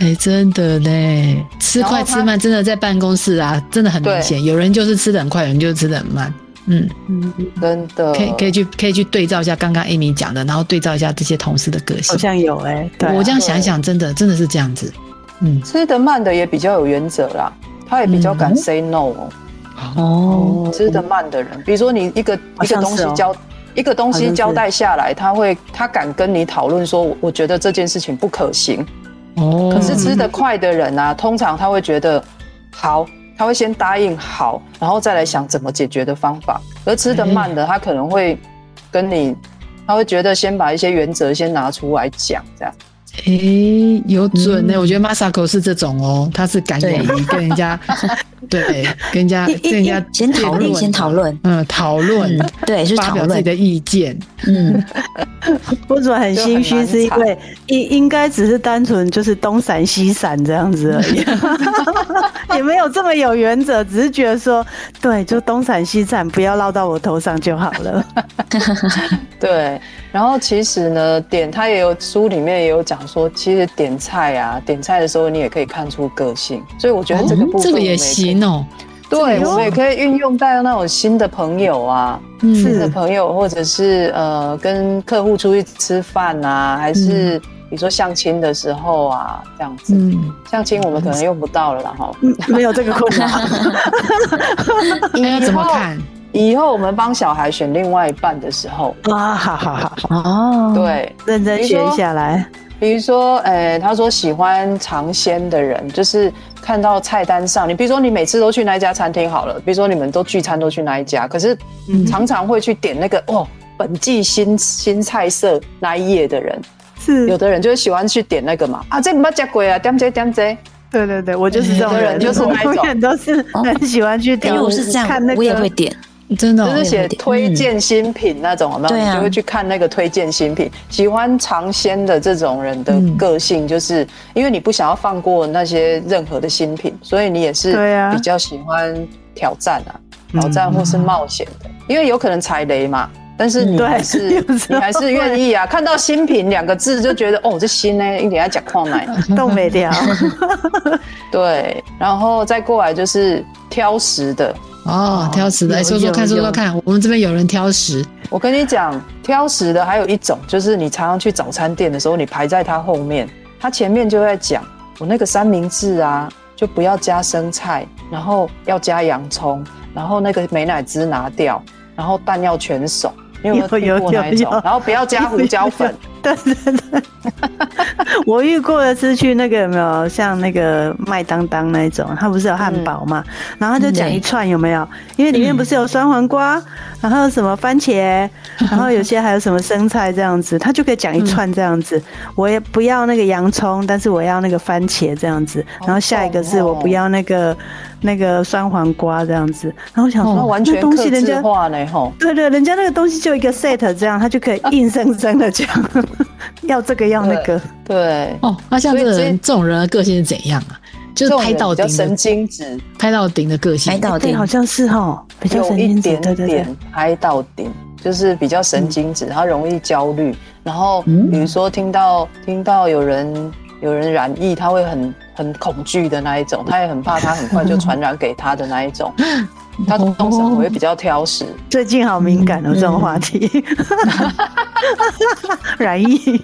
S2: 哎、真的嘞，吃
S5: 然后
S2: 快
S5: 他
S2: 吃慢，真的在办公室啊，真的很明显。有人就是吃的很快，有人就是吃的很慢。嗯，
S4: 嗯，
S5: 真的
S2: 可以
S4: 哦
S2: 可以去可以去对照一下刚刚 Amy 讲的，然后对照一下这些同事的个
S4: 好
S2: 性。
S4: 像有哎，对啊，
S2: 我这样想一想，真的真的是这样子。嗯，
S5: 吃得慢的也比较有原则啦，他也比较敢
S2: 嗯
S5: say no 哦。
S3: 哦，
S5: 吃得慢的人，比如说你一个
S4: 好
S5: 一个
S4: 像
S5: 东
S4: 是
S5: 西
S4: 哦
S5: 交一个东
S4: 好像
S5: 西
S4: 是
S5: 交代下来，他会他敢跟你讨论说，我我觉得这件事情不可行。
S2: 哦，
S5: 可是吃得快的人
S2: 嗯
S5: 啊，通常他会觉得好，他会先答应好，然后再来想怎么解决的方法。而吃得慢的，他可能会跟你，他会觉得先把一些原则先拿出来讲，这样。
S2: 诶、有
S3: 嗯
S2: 准呢、我觉得 Masako 是这种哦，他是敢勇于跟人 家，对，跟人家跟人家
S3: 先讨论，先讨，论，
S2: 嗯，讨论
S3: 嗯，，对，是
S2: 发
S3: 讨
S2: 表自己
S3: 论，
S2: 的意见，
S3: 嗯，
S4: 我主很心
S5: 就
S4: 虚，
S5: 很难
S4: 是因
S5: 缠
S4: 为应应该只是单纯就是东闪西闪这样子而已，也 没有这么有原则，只是觉得说，对，就东闪西闪，不要落到我头上就好了。
S5: 对，然后其实呢，点他也有书里面也有讲说，其实点菜啊，点菜的时候你也可以看出个性，所以我觉得这个部
S2: 哦
S5: 分、
S2: 这个也行，哦，
S5: 对，我们也可以运用到那种新的朋友啊，
S2: 嗯
S5: 新的
S4: 是，
S5: 朋友，或者是呃跟客户出去吃饭啊，还是比如说相亲的时候啊，这样子。
S2: 嗯，
S5: 相亲我们可能用不到了啦哈，
S4: 嗯没有这个困扰。
S2: 那要怎么看？
S5: 以后我们帮小孩选另外一半的时候，
S4: 啊，好好好，
S3: 哦，，
S5: 对，
S4: 认真学下来。
S5: 比如说，呃，他说喜欢尝鲜的人，就是看到菜单上，你比如说你每次都去那一家餐厅好了，比如说你们都聚餐都去那一家，可是
S4: 嗯
S5: 常常会去点那个哦，本季新新菜色那一页的人，
S4: 是，
S5: 有的人就是喜欢去点那个嘛，啊，这不要加贵啊，点这点这，
S4: 对对对，我就是这种
S5: 有的人
S4: 人，
S5: 就是
S4: 我
S5: 那一种
S4: 永远都是很喜欢去
S3: 因
S2: 啊
S4: 点。
S3: 哎为我是这样
S4: 看那，个
S3: 我也会点，
S2: 真的、
S5: 就是
S2: 哦，
S5: 写推荐新品那种，有没有？
S3: 对啊
S4: 嗯
S5: 你就会去看那个推荐新品。喜欢尝鲜的这种人的
S2: 嗯
S5: 个性，就是因为你不想要放过那些任何的新品，所以你也是
S4: 对啊
S5: 比较喜欢挑战啊，
S4: 嗯
S5: 挑战或是冒险的，因为有可能踩雷嘛。但是你
S4: 嗯对
S5: 还是、
S4: 有时
S5: 你
S4: 候
S5: 还是愿意啊，看到新品两个字就觉得哦，这新呢，一点要讲 矿奶。
S4: 动没了，
S5: 对，然后再过来就是挑食的，
S2: 哦，挑食的，
S4: 有
S2: 来说说看，
S4: 有
S2: 说说看，我们这边有人挑食，
S5: 我跟你讲，挑食的还有一种，就是你常常去早餐店的时候，你排在他后面，他前面就在讲我那个三明治啊，就不要加生菜，然后要加洋葱，然后那个美乃滋拿掉，然后蛋要全熟。你有没有
S4: 有
S5: 听过
S4: 有
S5: 那一 种
S4: 有有？
S5: 然后不要加胡椒粉，
S4: 对对对， 我遇过的是去那个有没有像那个麦当当那一种，它不是有汉堡嘛，
S5: 嗯
S4: 然后它就讲一串有没有？因为里面不是有酸黄瓜，然后什么番 茄，然后有些还有什么生菜这样子，它就可以讲一串这样子。
S5: 嗯
S4: 我也不要那个洋葱，但是我要那个番茄这样子，
S5: 哦
S4: 然后下一个是我不要那个那个酸黄瓜这样子，然后我想
S5: 那
S4: 说
S5: 哦完
S4: 那
S5: 全
S4: 哦东西
S5: 克
S4: 人
S5: 制
S4: 家
S5: 化呢，吼。
S4: 对对，人家那个东西就一个 set 这样，他就可以硬生生的讲， 要这个要那个，
S5: 对，
S2: 哦，那像这个
S5: 所以所以
S2: 人，这种人的个性是怎样啊？就
S5: 这
S2: 是
S5: 种
S2: 拍
S5: 人
S2: 到
S5: 比较
S2: 顶
S5: 神
S2: 的，
S5: 经质，
S2: 拍到顶的个性
S3: 拍，到
S4: 哎对，
S3: 点
S4: 好，像是哈，比较
S5: 有
S4: 神
S5: 一
S4: 经质，
S5: 点
S4: 对对嗯对，
S5: 点嗨到顶，就是比较神经质，他容易焦虑。然后
S2: 嗯
S5: 比如说听到听到有人有人染疫，他会很很恐惧的那一种，他也很怕他很快就传染给他的那 一种。
S4: 哦
S5: 他动什么会比较挑食，
S4: 最近好敏感哦，
S3: 嗯
S4: 这种话题，
S5: 嗯
S4: 染疫，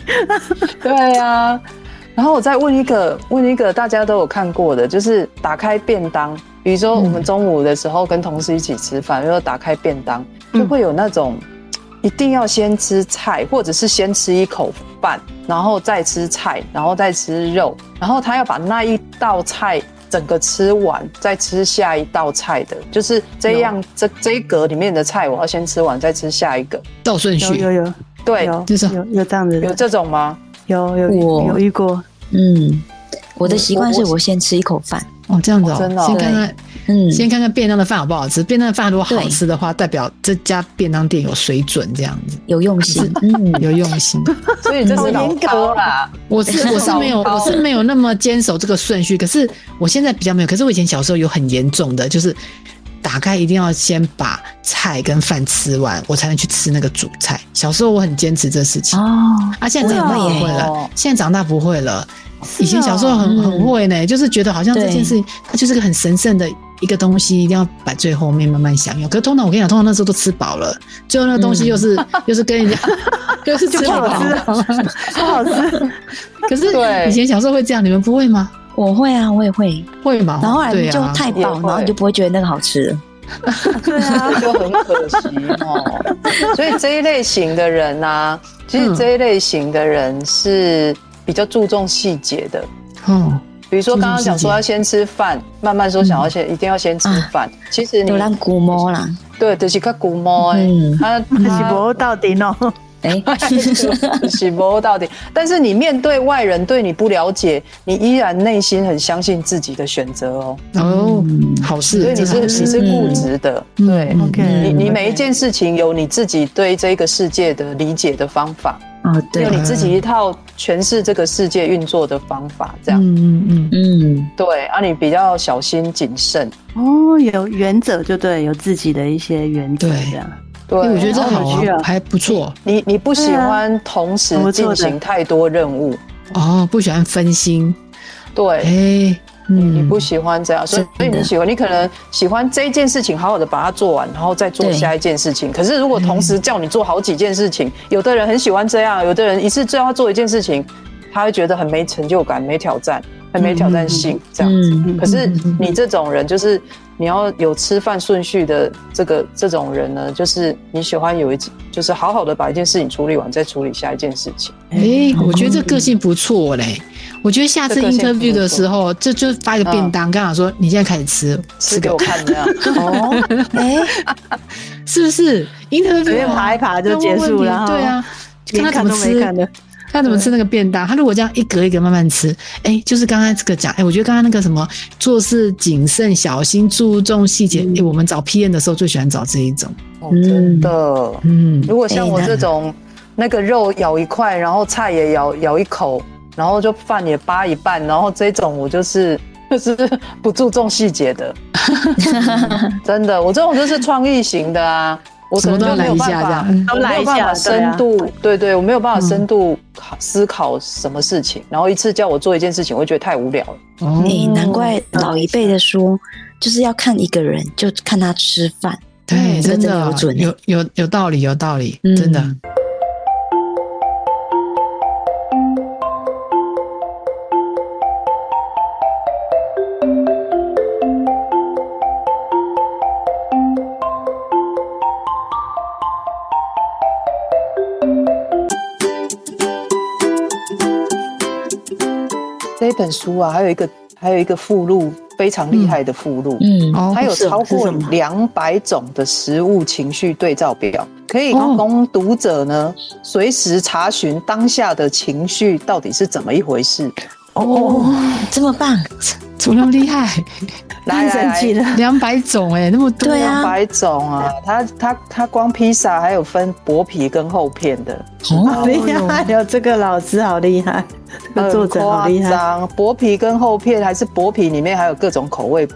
S5: 对啊。然后我再问一个，问一个大家都有看过的，就是打开便当，比如说
S4: 嗯
S5: 我们中午的时候跟同事一起吃饭，然后打开便当，
S4: 嗯
S5: 就会有那种一定要先吃菜，或者是先吃一口饭，然后再吃菜，然后再吃肉，然后他要把那一道菜整个吃完，再吃下一道菜的，就是这样，这这一格里面的菜我要先吃完，再吃下一个。
S2: 照顺
S4: 有
S2: 序
S4: 有，有
S5: 对，
S4: 有
S2: 就是
S4: 有有这样子的
S5: 有，这种吗？
S4: 有有
S3: 我
S4: 有遇过，
S3: 嗯，我的习惯是
S5: 我我
S3: 我先吃一口饭，
S2: 哦，这样子哦，
S5: 哦真的哦
S2: 先看看，
S3: 嗯，
S2: 先看看便当的饭好不好吃，便当的饭如果好
S3: 对
S2: 吃的话，代表这家便当店有水准，这样子
S3: 有用 心，嗯，
S2: 有用 心。
S5: 所以这
S4: 好
S5: 是老
S4: 严格
S5: 高
S4: 哦
S5: 啦。
S2: 我是我是没有
S5: 糟糕
S2: 我是没有那么坚守这个顺序，可是我现在比较没有。可是我以前小时候有很严重的，就是打开一定要先把菜跟饭吃完，我才能去吃那个主菜。小时候我很坚持这事情，
S3: 哦，
S2: 啊，现在长大
S3: 我也
S2: 不会
S5: 有
S2: 了，现在长大不会了。
S4: 是
S2: 以前小时候
S4: 哦
S2: 很很
S3: 嗯
S2: 会呢，就是觉得好像这
S3: 对
S2: 件事情它就是个很神圣的一个东西，一定要摆最后面慢慢享用。可是通常我跟你讲，通常那时候都吃饱了，最后那个东西又是 又是跟人家又是
S4: 就
S2: 吃
S4: 不好
S2: 饱
S4: 吃。不好吃，
S2: 可是
S5: 对
S2: 以前小时候会这样，你们不会吗？
S3: 我会啊，我也会，
S2: 会吗？
S3: 然后后来
S2: 对
S3: 就
S2: 啊，
S3: 太
S5: 也
S3: 饱，
S5: 会
S3: 然后你就不会觉得那个好吃了，
S4: 对啊，
S5: 就很可惜哦。所以这一类型的人呢、啊，其
S3: 嗯
S5: 实这一类型的人是比较注重细节的。
S2: 哦，
S5: 比如说刚刚讲说要先吃饭，慢慢说
S3: 嗯
S5: 想要先、一定要先吃
S3: 啊
S5: 饭。其实你
S3: 流浪古猫啦，
S5: 对，就是个古猫哎
S3: 嗯，
S5: 他
S4: 喜
S5: 他
S4: 博到底喏，
S2: 嗯
S3: 哎，
S5: 喜博到底。但是你面对外人对你不了解，你依然内心很相信自己的选择哦。
S2: 哦，
S3: 嗯
S2: 好事，
S5: 所以你
S2: 真的
S5: 是
S2: 好事，
S5: 你是固执的，
S2: 嗯
S5: 对。
S2: 嗯
S4: OK
S5: 你
S3: 嗯
S5: 你每一件事情有你自己对这个世界的理解的方法，
S3: 哦对
S5: 有，你自己一套诠释这个世界运作的方法，这样、
S2: 嗯嗯
S3: 嗯，
S5: 对啊，你比较小心谨慎，
S4: 哦，有原则就对，有自己的一些原则
S2: 对
S4: 这样。
S5: 对，
S2: 嗯，哎我觉得这
S4: 好
S2: 好
S4: 有趣啊
S2: 啊，还不错
S5: 你你不喜欢同时
S4: 对啊
S5: 进行太多任务，
S2: 哦，不喜欢分心，
S5: 对。
S2: 哎，
S5: 你
S2: 嗯，
S5: 不喜欢这样，所以所以
S3: 真的
S5: 你喜欢，你可能喜欢这一件事情，好好的把它做完，然后再做
S3: 对
S5: 下一件事情。可是如果同时叫你做好几件 事情，有的人很喜欢这样，有的人一次叫他做一件事情，他会觉得很没成就感、没挑战、很没挑战性这样子。
S3: 嗯
S5: 可是你这种人，就是你要有吃饭顺序的这个这种人呢，就是你喜欢有一就是好好的把一件事情处理完，再处理下一件事情。
S2: 哎，
S4: 嗯
S2: 我觉得这个性不错嘞。我觉得下次
S5: 这个性不
S2: interview 的时候，这就发一个便
S5: 嗯
S2: 当，跟他说你现在开始吃，
S5: 吃
S2: 吃
S5: 给
S2: 个
S5: 我看这样，
S3: 哦，
S4: 嗯
S3: 哎，
S2: 是不是
S4: 随
S2: interview
S4: 便
S2: 啊
S4: 爬一爬就
S2: 要问
S4: 结
S2: 问
S4: 束
S2: 题
S4: 了哈
S2: 对啊，看
S4: 连
S2: 他
S4: 看
S2: 怎么
S4: 都没
S2: 吃，
S4: 看的，
S2: 他怎么吃那个便当？他如果这样一格一格慢慢吃，哎、就是刚才这个讲，哎、我觉得刚刚那个什么做事谨慎、小心、注重细节，哎、我们找 P N 的时候最喜欢找这一种，
S5: 哦真的。
S2: 嗯，
S5: 如果像我
S3: 哎那
S5: 这种，那个肉咬一块，然后菜也咬咬一口，然后就饭也扒一半，然后这种我就是就是不注重细节 的，真的，我这种就是创意型的啊，我
S2: 什
S5: 可
S2: 么
S5: 能
S2: 都要
S5: 就
S2: 来
S5: 没有
S2: 一
S5: 办
S2: 下这
S5: 法
S2: 样。。嗯
S4: 都
S5: 我
S4: 来
S5: 没
S4: 一
S5: 有办
S4: 下
S5: 法，
S4: 对
S5: 深
S4: 啊，
S5: 度，对对，我没有办法深度考思考什么事情，然后一次叫我做一件事情，我会觉得太无聊了。
S2: 哦
S3: 哎，难怪老一辈的说，就是要看一个人，就看他吃饭。
S2: 对，
S3: 这个
S2: 真
S3: 真
S2: 的
S3: 的有准欸
S2: 有有有道理，有道理，
S3: 嗯
S2: 真的。
S5: 这一本书啊，还有一个还有一个附录，非常厉害的附录，
S3: 嗯，
S2: 哦
S5: 它有
S3: 是
S5: 超
S3: 是
S5: 过
S3: 什么
S5: 两百种的食物情绪对照表，可以
S2: 哦
S5: 供读者呢随时查询当下的情绪到底是怎么一回事。
S2: 哦，
S3: 这么棒，
S2: 怎么那么厉害？
S5: 来
S4: 蛮神奇，的。
S2: 两百种哎、那么多，
S3: 对
S5: 两
S3: 啊，
S5: 百种啊！它它它光披萨还有分薄皮跟厚片的，
S4: 好厉害哦！这个老师好厉害，这个作者好厉
S5: 很夸
S4: 害。
S5: 张。薄皮跟厚片还是薄皮里面还有各种口味，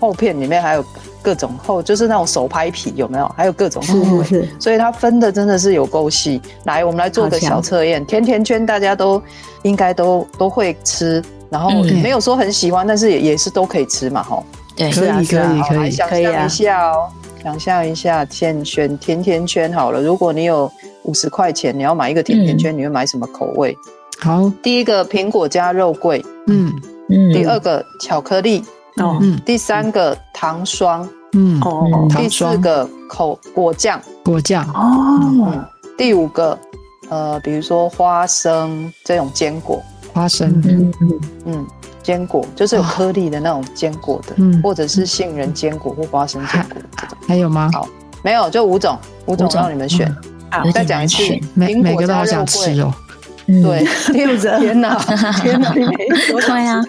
S5: 厚片里面还有各种厚，就是那种手拍皮有没有？还有各种口味。
S4: 是
S5: 所以它分的真的是有够细。来，我们来做个
S4: 好强
S5: 小测验，甜甜圈大家都应该都都会吃，然后
S3: 嗯
S5: 没有说很喜欢，但是也也是都可以吃嘛，吼。
S3: 对，
S2: 可以可以
S5: 好
S2: 可
S5: 来
S2: 以，
S5: 想
S4: 可以啊
S5: 象一下哦，想象一下，先选甜甜圈好了。如果你有五十块钱，你要买一个
S4: 嗯
S5: 甜甜圈，你会买什么口味？
S2: 好，
S5: 第一个苹果加肉桂，
S2: 嗯
S3: 嗯，
S5: 第二个巧克力，
S4: 哦
S2: 嗯
S5: 第三个糖霜，
S2: 嗯，
S4: 哦
S2: 糖
S5: 第四
S2: 霜
S5: 个口果酱，
S2: 果酱，
S5: 嗯
S4: 哦，
S5: 第五个，呃，比如说花生这种坚果，
S2: 花生，
S3: 嗯，
S5: 嗯，坚果就是有颗粒的那种坚果的，
S2: 嗯
S5: 或者是杏仁坚果或花生坚果这种，
S2: 还有吗？
S5: 好没有，就五种，五种让你们选。
S2: 嗯
S5: 啊
S3: 有
S5: 再
S3: 点
S5: 讲一
S3: 难
S5: 次
S3: 选，，
S2: 每
S5: 苹
S2: 每
S5: 果
S2: 个都
S5: 加
S2: 好想
S5: 肉
S2: 吃
S5: 桂
S2: 哦。
S3: 嗯，
S5: 对，第
S4: 六折
S5: 天哪， 天哪，你没多少
S3: 对啊，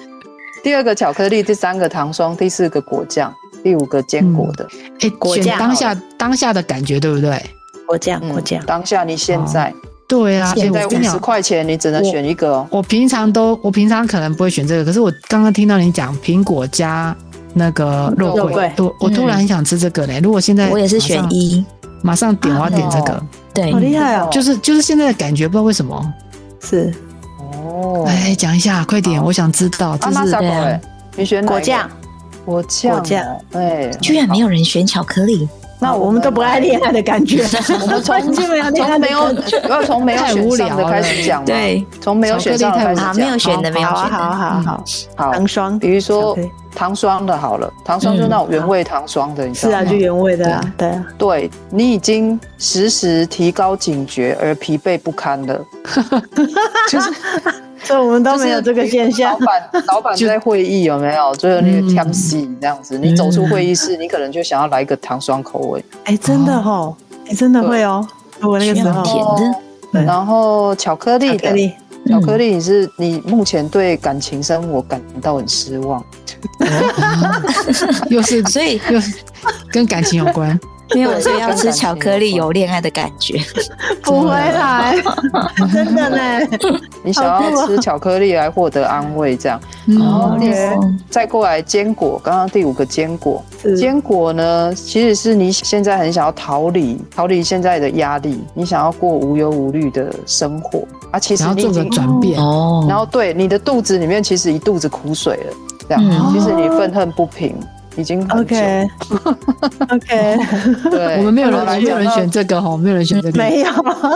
S5: 第二个巧克力，第三个糖霜，第四个果酱，第五个坚果的。
S2: 哎、
S4: 果
S2: 选
S4: 酱
S2: 当
S5: 好
S2: 下当下的感觉，对不对？
S4: 果酱
S5: 嗯
S4: 果酱，
S5: 当下你现在
S2: 对啊，哎
S5: 现在
S2: 我跟
S5: 五
S2: 你
S5: 十
S2: 讲，
S5: 块钱，你只能
S2: 我
S5: 选一个哦。
S2: 我平常都我平常可能不会选这个，可是我刚刚听到你讲苹果加那个肉
S5: 肉
S2: 桂
S4: 桂，
S2: 我我突然很想吃这个嘞。如果现在
S3: 我也是选
S2: 马上，
S3: 一，
S2: 马上点我要点这个，
S3: 对
S4: 好，厉害哦！
S2: 就是就是现在的感觉，不知道为什么。
S4: 是
S5: 哦，
S2: 哎，讲一下，快点，我想知道，
S5: 阿
S2: 这
S5: 玛
S2: 是
S5: 萨口
S3: 对啊
S5: 哎，你选哪一
S4: 果
S5: 个
S4: 酱，
S5: 果酱，
S4: 果酱
S5: 哎，
S3: 居然没有人选巧克力，
S4: 那我们都不爱恋爱的感觉，
S5: 我们从
S4: 完全没有恋爱
S5: 从
S4: 的
S5: 啊没有
S4: 感觉，
S5: 要从没 有
S2: 太
S5: 选
S2: 无
S5: 上的
S2: 聊
S5: 开
S2: 了
S5: 始讲嘛，
S3: 对，
S5: 从没有选上的开始
S3: 好，
S5: 讲，
S3: 没有选的，没有
S4: 好啊，
S3: 选
S4: 好
S3: 的，
S4: 啊好啊好啊，
S5: 好
S4: 糖霜
S5: 比如说
S4: 小杯
S5: 糖霜的好了，糖霜
S2: 嗯
S5: 就那种原味糖霜的，你知
S4: 是
S5: 道
S4: 啊，
S5: 吗
S4: 就？原味的啊，对啊，
S5: 对你已经时时提高警觉而疲惫不堪了，就是
S4: 所以我们都
S5: 就是
S4: 没有这个现象
S5: 老。 板老板在会议有没有？就是那个
S2: 嗯
S5: t a m s 这样子，你走出会议
S4: 嗯
S5: 室，你可能就想要来一个糖霜口味，
S4: 哎，真的哦，哎，真的会哦，我那个时
S3: 需要甜
S4: 候，
S3: 的
S4: 对
S5: 然后巧克力
S4: 巧克
S5: 的。
S4: 力，
S2: 嗯
S5: 巧克力，你是你目前对感情生活感到很失望，
S2: 又是
S3: 所以
S2: 又是跟感情有关，
S3: 没有，所以要吃巧克力有恋爱的感觉。
S4: 不会啦， 真的呢，
S5: 你想要吃巧克力来获得安慰，这样。然后
S2: 嗯，
S5: 第
S4: 啊 OK
S5: 再过来坚果，刚刚第五个坚果，
S4: 是
S5: 坚果呢，其实是你现在很想要逃离，逃离现在的压力，你想要过无忧无虑的生活啊。其实
S2: 然后
S5: 你
S2: 做
S5: 已
S2: 个
S5: 经，
S2: 转变，
S3: 哦
S5: 然后对你的肚子里面其实一肚子苦水了，这样，
S3: 嗯
S5: 其实你愤恨不平，已经很久。
S4: OK OK，
S5: 对，哦
S2: 我们没有人
S5: 然后来
S2: 没有人
S5: 讲到
S2: 选这个哈，没有人选这个，
S4: 没有，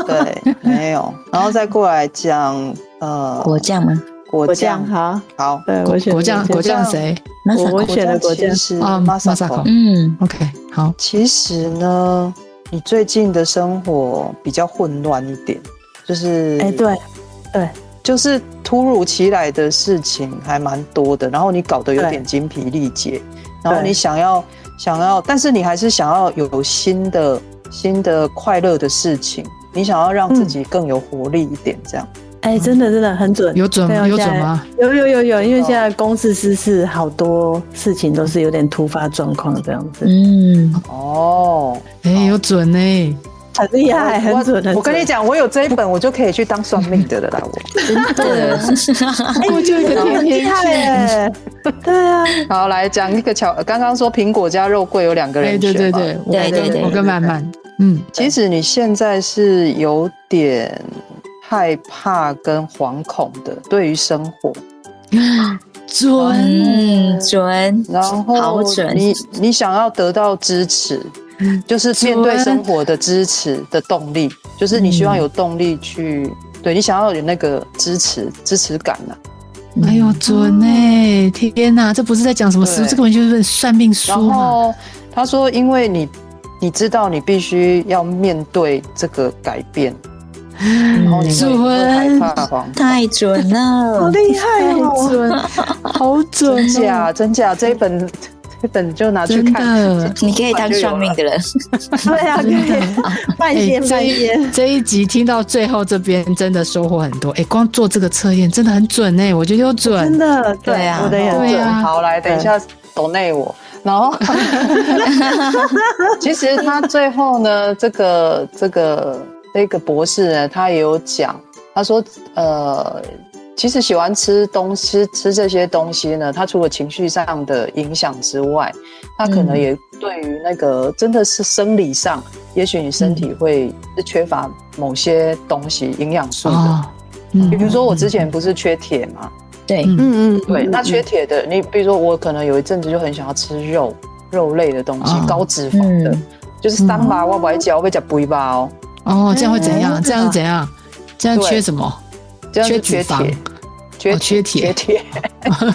S5: 对，没有。然后再过来讲呃
S3: 哦果酱吗？
S5: 果
S4: 果
S5: 酱
S4: 酱，好，
S5: 好，
S4: 对我选
S2: 果酱果酱
S5: 酱
S2: 谁
S3: 玛莎
S4: 我我
S3: 口
S4: 选了果酱
S5: 其，实
S2: 啊
S5: 马萨
S2: ，Masako
S5: 口。
S3: 嗯，
S2: ？OK，好，
S5: 其实呢，你最近的生活比较混乱一点，就是
S4: 哎，对，
S5: 就是突如其来的事情还蛮多的，然后你搞得有点精疲力竭，然后你想要想要，但是你还是想要有新的新的快乐的事情，你想要让自己更有活力一点，这样。
S4: 哎，真的真的很准，
S2: 有准
S4: 对
S2: 有
S4: 我现
S2: 准
S4: 在
S2: 吗？
S4: 有有有有，因为现在公司私事好多事情都是有点突发状况这样子，
S3: 嗯，
S5: 哦，
S2: 哎，有准呢，
S4: 很厉害，很准，很
S5: 我
S4: 准
S5: 我跟你，讲，我有这一本，我就可以去当算命的了啦。我
S3: 真的，
S4: 哎
S2: 我就一个天
S4: 厉
S2: 天
S4: 害耶，对啊，
S5: 好来讲一个巧，刚刚说苹果加肉桂有两个人
S2: 哎，对对
S5: 选嘛
S2: 对，我
S3: 对对
S2: 跟
S3: 对
S2: 我跟曼曼，嗯，
S5: 其实你现在是有点害怕跟惶恐的，对于生活，
S2: 准，
S3: 嗯，准，
S5: 然后
S3: 好准
S5: 你你想要得到支持，
S2: 嗯
S5: 就是面对生活的支持的动力，就是你希望有动力去，对你想要有那个支持支持感啊呐、
S2: 哎呦，准呢，天哪，这不是在讲什么书，
S5: 对
S2: 这个文就是啊算命
S5: 然
S2: 书嘛，
S5: 后他说，因为你你知道你必须要面对这个改变，然后你会
S2: 嗯准
S5: 会害怕惶恐。
S3: 太准
S4: 好
S3: 了，
S4: 厉害
S2: 太
S4: 哦，
S2: 准，哎好准
S5: 真
S2: 哦，
S5: 假真假，这一本这本就拿去
S2: 真
S5: 看。
S2: 的。
S3: 你可以当算命的人，
S4: 对啊，可以
S2: 哎
S4: 半仙半仙。
S2: 这一集听到最后这边真的收获很多，哎、光做这个测验真的很准哎、我觉得有
S4: 真
S2: 准，
S4: 的，
S3: 对啊
S4: 我的也
S2: 对
S4: 对
S2: 啊
S5: 好，来，等一下抖内我。然 后，其实他最后呢，这个这个这个博士呢，他也有讲，他说，呃，其实喜欢吃东西吃这些东西呢，他除了情绪上的影响之外，他可能
S3: 嗯
S5: 也对于那个真的是生理上，也许你身体会是缺乏某些东西营养素的，
S2: 哦，嗯
S5: 比如说我之前不是缺铁嘛，
S3: 对，
S2: 嗯
S4: 嗯嗯，
S5: 对，
S4: 嗯
S5: 那缺铁的，你比如说我可能有一阵子就很想要吃肉，肉类的东西，
S2: 哦
S5: 高脂肪的，
S3: 嗯
S5: 就是三把我不爱嚼，我会嚼不吧哦，
S2: 哦，这样会怎样？
S4: 嗯
S2: 这样是怎样？这样缺什么？
S5: 哎这样就
S2: 缺
S5: 缺
S2: 脂肪
S5: 铁，
S2: 哦缺铁
S5: 缺铁，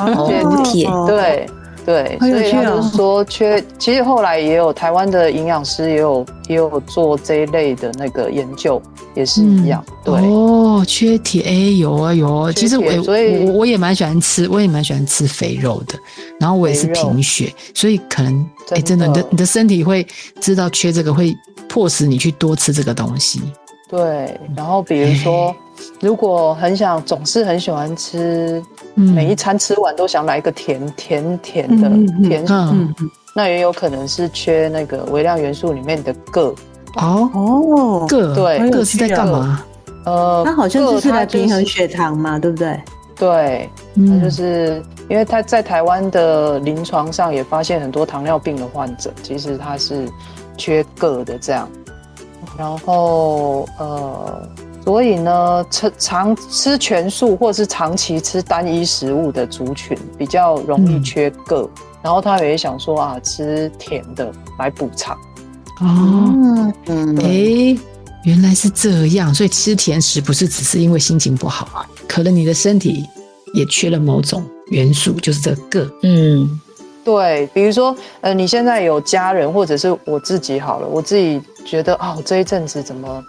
S4: 哦
S5: 缺
S3: 铁
S5: 对对，
S4: 好有
S5: 所以
S4: 趣
S5: 他
S4: 哦
S5: 就是说缺，其实后来也有台湾的营养师也有也有做这一类的那个研究，也是一样，对，
S2: 哦，缺铁，哎、有啊有啊。
S5: 缺
S2: 其
S5: 铁
S2: 实我
S5: 所以
S2: 我我也蛮喜欢吃，我也蛮喜欢吃肥肉的。然后我也是
S5: 肥肉
S2: 贫血，所以可能哎、真
S5: 真的
S2: 的，你的你的身体会知道缺这个，会迫使你去多吃这个东西。
S5: 对，然后比如说。如果很想，总是很喜欢吃
S2: 嗯，
S5: 每一餐吃完都想来一个甜甜甜的
S4: 嗯嗯嗯
S5: 甜，
S2: 嗯
S5: 那也有可能是缺那个微量元素里面的铬，
S2: 哦，
S4: 哦，
S2: 个
S5: 对
S4: 好有
S2: 个是在
S4: 趣哦
S2: 干嘛？
S5: 呃，
S2: 哦
S4: 那好像
S5: 铬
S4: 就是来
S5: 它就
S4: 平衡
S5: 是
S4: 血糖嘛，对不对？
S5: 对，它
S2: 嗯，
S5: 就是因为它在台湾的临床上也发现很多糖尿病的患者，其实他是缺铬的这样，然后呃。所以呢，吃常吃全素或是长期吃单一食物的族群比较容易
S2: 嗯
S5: 缺铬，然后他也想说啊，吃甜的来补偿。
S2: 哦，
S3: 嗯，
S4: 嗯，
S2: 诶，原来是这样，所以吃甜食不是只是因为心情不好啊，可能你的身体也缺了某种元素，就是这个
S3: 嗯，
S5: 对，比如说，呃，你现在有家人，或者是我自己好了，我自己觉得哦，这一阵子怎么，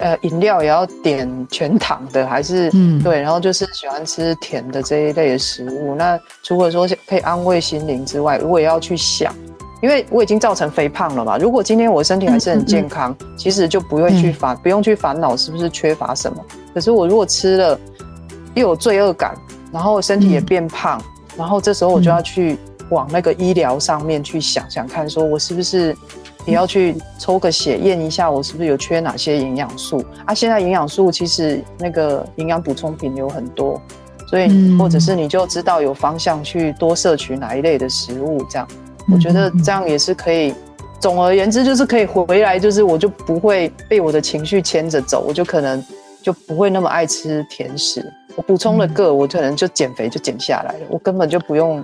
S5: 呃，饮料也要点全糖的，还是
S2: 嗯
S5: 对，然后就是喜欢吃甜的这一类的食物。那除了说可以安慰心灵之外，我也要去想，因为我已经造成肥胖了嘛。如果今天我身体还是很健康，其实就不用去烦，不用去烦恼是不是缺乏什么。可是我如果吃了，又有罪恶感，然后身体也变胖，然后这时候我就要去往那个医疗上面去想想看，说我是不是也要去抽个血验一下，我是不是有缺哪些营养素啊？现在营养素其实那个营养补充品有很多，所以
S2: 嗯
S5: 或者是你就知道有方向去多摄取哪一类的食物，这样我觉得这样也是可以。总而言之，就是可以回来，就是我就不会被我的情绪牵着走，我就可能就不会那么爱吃甜食。我补充了
S2: 嗯
S5: 个，我可能就减肥就减下来了，我根本就不用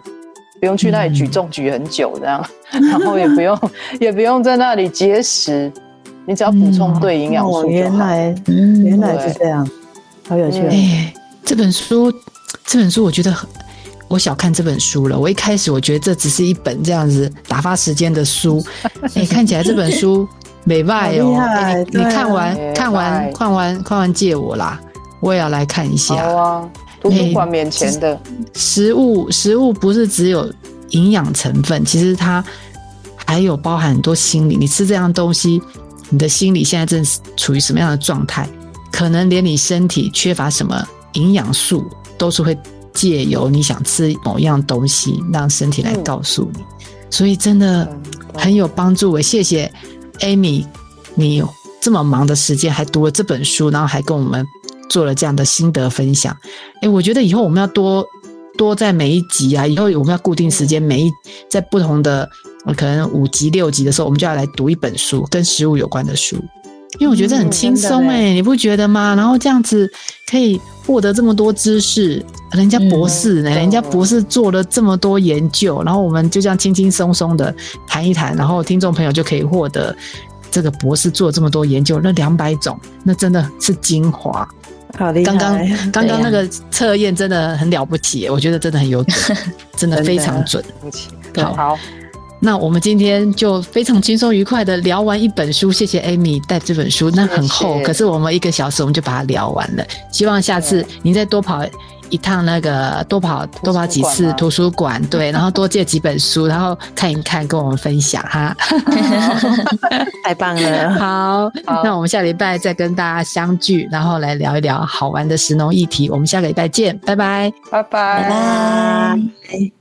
S5: 不用去那里举重举很久这样， 然后也不用 也不用在那里节食，你只要补充对营养
S4: 哦，
S5: 素就
S4: 原
S5: 好。
S4: 来
S3: 嗯
S4: 原来是这样，好有趣哦。
S5: 嗯
S2: 哎，这本书，这本书我觉得很，我小看这本书了。我一开始我觉得这只是一本这样子打发时间的书，哎，看起来这本书美外
S4: 好
S2: 哦
S4: 厉。害
S2: 哎你
S4: 对
S2: 你
S4: 啊
S2: 看完
S5: 美
S2: 看
S5: 外
S2: 完看完看完借我啦，我也要来看一
S5: 好
S2: 下。
S5: 啊，图书馆免钱的，
S2: 食物食物不是只有营养成分，其实它还有包含很多心理。你吃这样东西，你的心理现在正处于什么样的状态？可能连你身体缺乏什么营养素，都是会借由你想吃某样东西，让身体来告诉你。所以真的
S5: 嗯
S2: 很有帮助。我谢谢 Amy，你这么忙的时间还读了这本书，然后还跟我们做了这样的心得分享。哎，我觉得以后我们要多多在每一集啊，以后我们要固定时间，每一在不同的呃可能五集六集的时候，我们就要来读一本书，跟食物有关的书。因为我觉得很
S4: 嗯
S2: 轻
S4: 真的
S2: 松
S4: 嘞
S2: 哎、你不觉得吗？然后这样子可以获得这么多知识，人家博士呢、
S5: 嗯
S2: 人家博士做了这么多研究，然后我们就这样轻轻松松的谈一谈，然后听众朋友就可以获得这个博士做这么多研究，那两百种，那真的是精华。
S4: 好厉害！
S2: 刚刚刚刚那个测验真的很了不起耶，我觉得真的很有准，真的非常准。
S5: 对不起，
S2: 好
S5: 好，
S2: 那我们今天就非常轻松愉快的聊完一本书，谢谢 Amy 带这本书，那很厚，
S5: 谢谢
S2: 可是我们一个小时我们就把它聊完了。希望下次您再多跑一趟那个，多跑多跑几次
S5: 图
S2: 图书馆，对，然后多借几本书，然后看一看，跟我们分享哈。
S4: 太棒了，
S2: 好，
S5: 好
S2: 那我们下礼拜再跟大家相聚，然后来聊一聊好玩的食农议题。我们下个礼拜见，拜拜。
S5: 拜拜
S3: 拜拜。